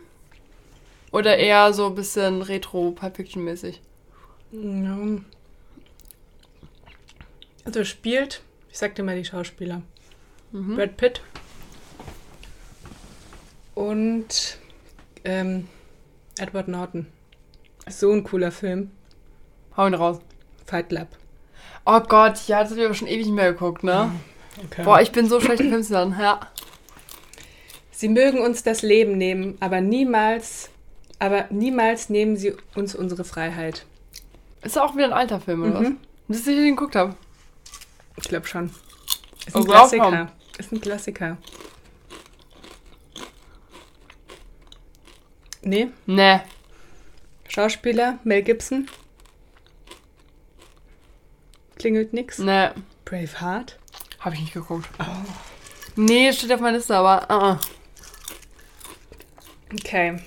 S2: Oder eher so ein bisschen retro Pulp Fiction mäßig?
S3: Ja. Also spielt, ich sag dir mal die Schauspieler.
S2: Mhm.
S3: Brad Pitt und ähm, Edward Norton. So ein cooler Film.
S2: Hau ihn raus.
S3: Fight Lab.
S2: Oh Gott, ja, das haben wir aber schon ewig nicht mehr geguckt, ne?
S3: Okay.
S2: Boah, ich bin so schlecht im Filmsland. Ja.
S3: Sie mögen uns das Leben nehmen, aber niemals, aber niemals nehmen sie uns unsere Freiheit.
S2: Ist auch wieder ein alter Film, oder
S3: Mhm.
S2: was? Bis ich den geguckt habe.
S3: Ich glaube schon. Ist ein
S2: Oh, glaub
S3: Klassiker.
S2: mal.
S3: Ist ein Klassiker. Nee,
S2: Nee.
S3: Schauspieler Mel Gibson. Klingelt nix.
S2: Nee.
S3: Braveheart.
S2: Habe ich nicht geguckt. Nee, steht auf meiner Liste, aber. ah, ah.
S3: Okay.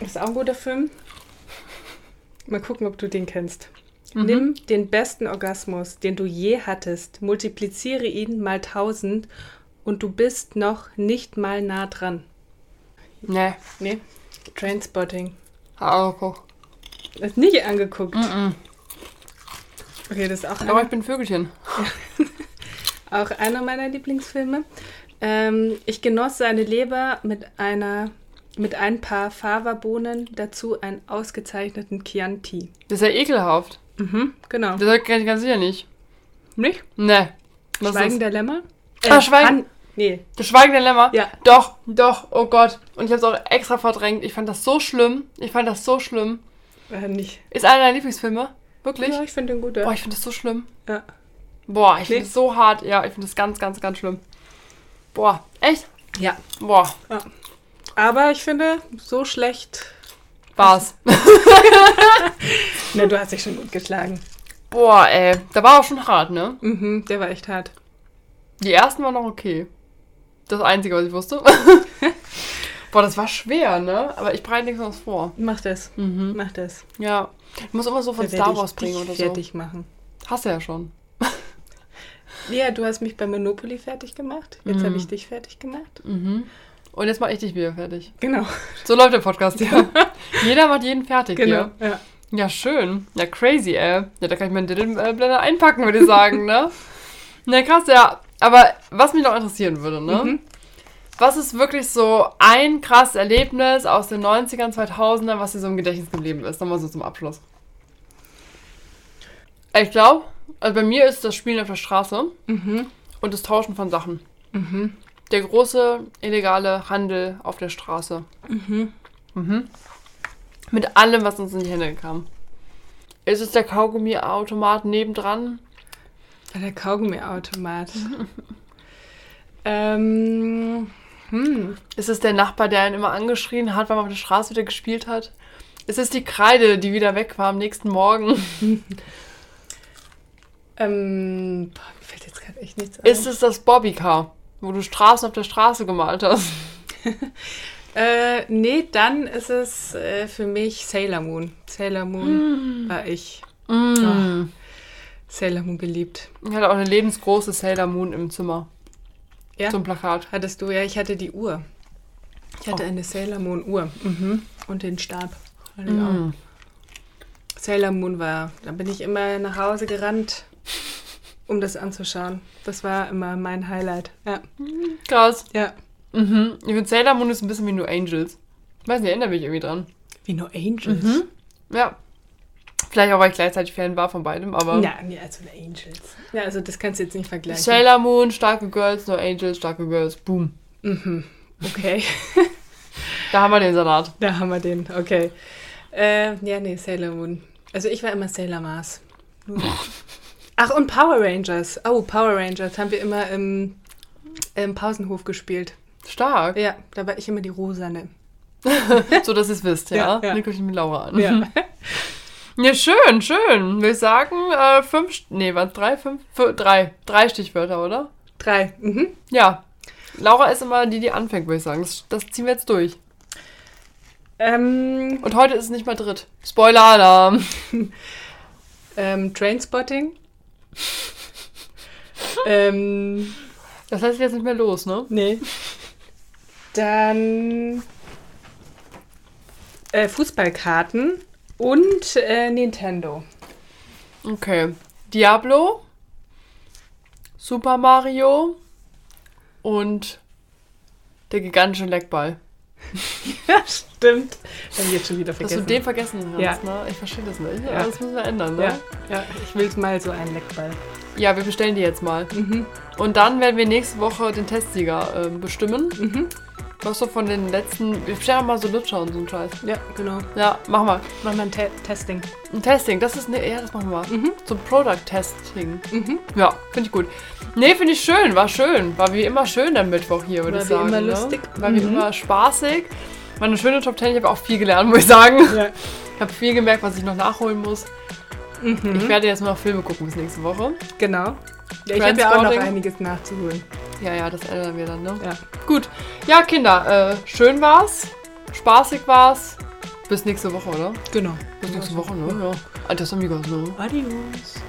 S3: Ist auch ein guter Film. Mal gucken, ob du den kennst. Nimm den besten Orgasmus, den du je hattest, multipliziere ihn mal 1000 und du bist noch nicht mal nah dran.
S2: Nee.
S3: Nee, Trainspotting.
S2: Ah, okay.
S3: Ist nicht angeguckt. Okay, das ist auch
S2: Aber
S3: einer,
S2: ich bin Vögelchen.
S3: auch einer meiner Lieblingsfilme. Ähm, ich genoss seine Leber mit einer mit ein paar Fava-Bohnen, dazu einen ausgezeichneten Chianti.
S2: Das ist ja ekelhaft.
S3: Mhm, genau.
S2: Das kann ich ganz sicher nicht.
S3: Nicht?
S2: Nee. Was
S3: Schweigen
S2: ist
S3: der Lämmer?
S2: Ah, Schweigen-
S3: Han- nee,
S2: das? das Schweigen der Lämmer?
S3: Ja.
S2: Doch, doch, oh Gott. Und ich habe es auch extra verdrängt. Ich fand das so schlimm. Ich fand das so schlimm.
S3: Äh, nicht.
S2: Ist einer deiner Lieblingsfilme? Wirklich?
S3: Ja, ich finde den gut. Ja.
S2: Boah, ich finde das so schlimm.
S3: Ja.
S2: Boah, ich
S3: Nee.
S2: finde das so hart. Ja, ich finde das ganz, ganz, ganz schlimm. Boah, echt?
S3: Ja.
S2: Boah,
S3: Aber ich finde, so schlecht.
S2: war's.
S3: Ne, du hast dich schon gut geschlagen.
S2: Boah, ey. Da war auch schon hart, ne?
S3: Mhm, der war echt hart.
S2: Die ersten waren noch okay. Das Einzige, was ich wusste. <laughs> Boah, das war schwer, ne? Aber ich bereite nichts anderes vor. Mhm.
S3: Mach das. Mach das.
S2: Ja. Ich muss immer so von
S3: Da werd
S2: Star
S3: ich
S2: Wars bringen
S3: dich
S2: oder so.
S3: fertig machen.
S2: Hast du ja schon.
S3: Ja, du hast mich bei Monopoly fertig gemacht. Jetzt
S2: Mhm.
S3: habe ich dich fertig gemacht.
S2: Und jetzt mache ich dich wieder fertig.
S3: Genau.
S2: So läuft der Podcast hier. Jeder macht jeden fertig
S3: <laughs> Genau.
S2: hier.
S3: Ja.
S2: Ja, schön. Ja, crazy, ey. Ja, da kann ich meinen Dillenblender einpacken, würde ich sagen, ne? Na krass, ja. Aber was mich noch interessieren würde, ne? Was ist wirklich so ein krasses Erlebnis aus den 90ern, 2000ern, was dir so im Gedächtnis geblieben ist? Nochmal so zum Abschluss. Ich glaube, also bei mir ist das Spielen auf der Straße und das Tauschen von Sachen. Der große illegale Handel auf der Straße. Mhm. Mit allem, was uns in die Hände kam. Ist es der Kaugummi-Automat nebendran?
S3: Der Kaugummi-Automat. <laughs> ähm, hm.
S2: Ist es der Nachbar, der einen immer angeschrien hat, weil man auf der Straße wieder gespielt hat? Ist es die Kreide, die wieder weg war am nächsten <laughs> Morgen?
S3: Ähm, boah, mir fällt jetzt gerade echt nichts ein.
S2: Ist es das Bobbycar, wo du Straßen auf der Straße gemalt hast?
S3: Äh, nee, dann ist es äh, für mich Sailor Moon. Sailor Moon war ich. Ah,
S2: Mm.
S3: Sailor Moon geliebt.
S2: Ich hatte auch eine lebensgroße Sailor Moon im Zimmer.
S3: Ja?
S2: So ein Plakat.
S3: Hattest du ja, ich hatte die Uhr. Ich hatte
S2: Oh.
S3: eine Sailor Moon Uhr. Mhm. Und den Stab. Hatte ich
S2: Mm.
S3: auch. Sailor Moon war, da bin ich immer nach Hause gerannt, um das anzuschauen. Das war immer mein Highlight. Ja,
S2: Krass.
S3: ja.
S2: Mhm. Ich finde Sailor Moon ist ein bisschen wie New Angels. Ich weiß nicht, erinnere mich irgendwie dran.
S3: Wie No Angels.
S2: Ja. Vielleicht auch, weil ich gleichzeitig Fan war von beidem, aber.
S3: Ja, nee, also No Angels. Ja, also das kannst du jetzt nicht vergleichen.
S2: Sailor Moon, starke Girls, No Angels, starke Girls, boom.
S3: okay.
S2: Da haben wir den Salat.
S3: Da haben wir den, okay. Äh, ja, nee, Sailor Moon. Also ich war immer Sailor Mars. Ach, und Power Rangers. Oh, Power Rangers haben wir immer im, im Pausenhof gespielt.
S2: Stark.
S3: Ja, da war ich immer die Rosane.
S2: <laughs> So, dass ihr es wisst, ja.
S3: Ja, ja.
S2: Dann gucke ich mit Laura an. Ja,
S3: Ja.
S2: schön, schön. Wir sagen äh, fünf, St- nee, waren es drei, fünf, fü- drei. Drei Stichwörter, oder?
S3: <laughs> Drei. Mhm.
S2: Ja. Laura ist immer die, die anfängt, würde ich sagen. Das, das ziehen wir jetzt durch.
S3: Ähm,
S2: Und heute ist es nicht mal dritt. Spoiler-Alarm.
S3: ähm, Trainspotting. ähm,
S2: Das lässt sich jetzt nicht mehr los, ne?
S3: nee. Dann äh, Fußballkarten und äh, Nintendo.
S2: Okay. Diablo, Super Mario und der gigantische Leckball.
S3: <laughs> Ja, stimmt. Hab ich jetzt schon wieder
S2: Dass du
S3: vergessen.
S2: den vergessen hast,
S3: Ja.
S2: ne? Ich verstehe das nicht.
S3: Ja.
S2: Das müssen wir ändern, ne?
S3: ja, ja, ich will mal so einen Leckball.
S2: Ja, wir bestellen die jetzt mal.
S3: Mhm.
S2: Und dann werden wir nächste Woche den Testsieger ähm, bestimmen.
S3: Mhm.
S2: Was so von den letzten. Wir bestellen auch mal so Lutscher und so einen Scheiß.
S3: Ja, genau.
S2: Ja, mach mal.
S3: Machen wir ein Te Testing.
S2: Ein Testing, das ist. Ne, ja, das machen wir mal.
S3: Mhm.
S2: So ein Product-Testing. Ja, finde ich gut. Nee, finde ich schön, war schön. War wie immer schön der Mittwoch hier, würde
S3: War
S2: ich
S3: wie
S2: sagen.
S3: immer
S2: ne?
S3: lustig. Mhm.
S2: War wie immer spaßig. War eine schöne Top 10, ich habe auch viel gelernt, <laughs> muss ich sagen.
S3: Ja.
S2: Ich habe viel gemerkt, was ich noch nachholen muss.
S3: Mhm.
S2: Ich werde jetzt nur noch Filme gucken bis nächste Woche.
S3: Genau. Ja, ich habe ja auch noch
S2: Transporting.
S3: einiges nachzuholen.
S2: Ja, ja, das ändern wir dann, ne?
S3: Ja.
S2: Gut. Ja, Kinder, äh, schön war's. Spaßig war's. Bis nächste Woche, oder?
S3: Genau.
S2: Bis nächste Woche, ne? Ja. Alter, amigos, ne?
S3: Adios.